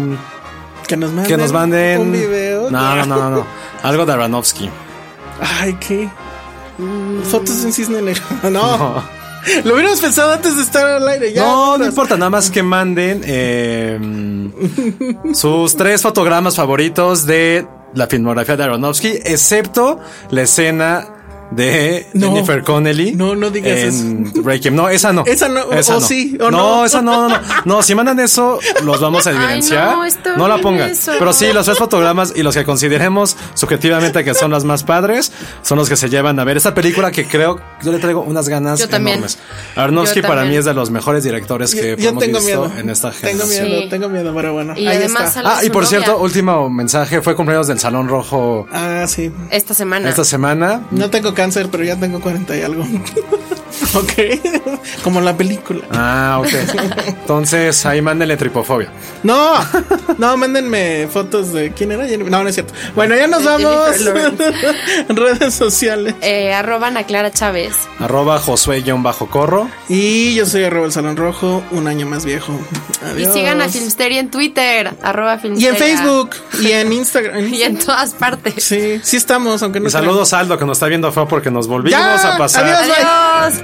C: Que nos manden.
B: que nos manden
C: Un video.
B: No, no, no, no, no. algo de Aronofsky.
C: Ay, ¿qué?
D: Mm.
C: Fotos de un cisne negro. No.
B: No.
C: Lo hubiéramos pensado antes de estar al aire. Ya,
B: no, no
C: otras.
B: importa, nada más que manden eh, sus tres fotogramas favoritos de la filmografía de Aronofsky, excepto la escena de
C: No.
B: Jennifer Connelly.
C: No, no digas
B: en Breaking. No, esa no.
C: Esa no, o- o sí, o no.
B: no, esa no, no, no. No, si mandan eso, los vamos a evidenciar.
D: no, está
B: la
D: horrible
B: pongan.
D: eso.
B: Pero sí, los tres fotogramas y los que consideremos subjetivamente que son las más padres son los que se llevan a ver esta película que creo yo le traigo unas ganas
D: Yo también.
B: enormes. Aronofsky
D: Yo también.
B: para mí es de los mejores directores que
C: Yo, yo
B: hemos
C: tengo
B: visto
C: miedo.
B: en esta
C: tengo
B: generación.
C: miedo,
D: Sí.
C: tengo miedo, pero bueno.
D: Y
C: ahí
D: además
C: está.
D: sale
B: Ah, y
D: su
B: por cierto,
D: novia.
B: último mensaje, fue cumpleaños del Salón Rojo
C: Ah, sí.
D: Esta semana.
B: esta semana.
C: No tengo cáncer, pero ya tengo 40 y algo. ok. Como la película.
B: Ah, ok. Entonces, ahí mándenle tripofobia.
C: No, no, mándenme fotos de quién era. Jennifer- No, no es cierto. Bueno, ya nos
D: De
C: vamos.
D: Jennifer
C: Redes sociales.
D: Eh, arroban a Clara Chávez.
B: Arroba Josué-Corro.
C: Y yo soy arroba el Salón Rojo, un año más viejo.
D: Y
C: Adiós.
D: sigan a Filmsteria en Twitter. Arroba
C: Y
D: Filmsteria.
C: en Facebook y en Instagram.
D: Y en todas partes.
C: Sí, sí estamos, aunque no.
B: Y saludos a Aldo que nos está viendo feo porque nos volvimos
C: Ya,
B: a pasar.
C: adiós.
D: Adiós.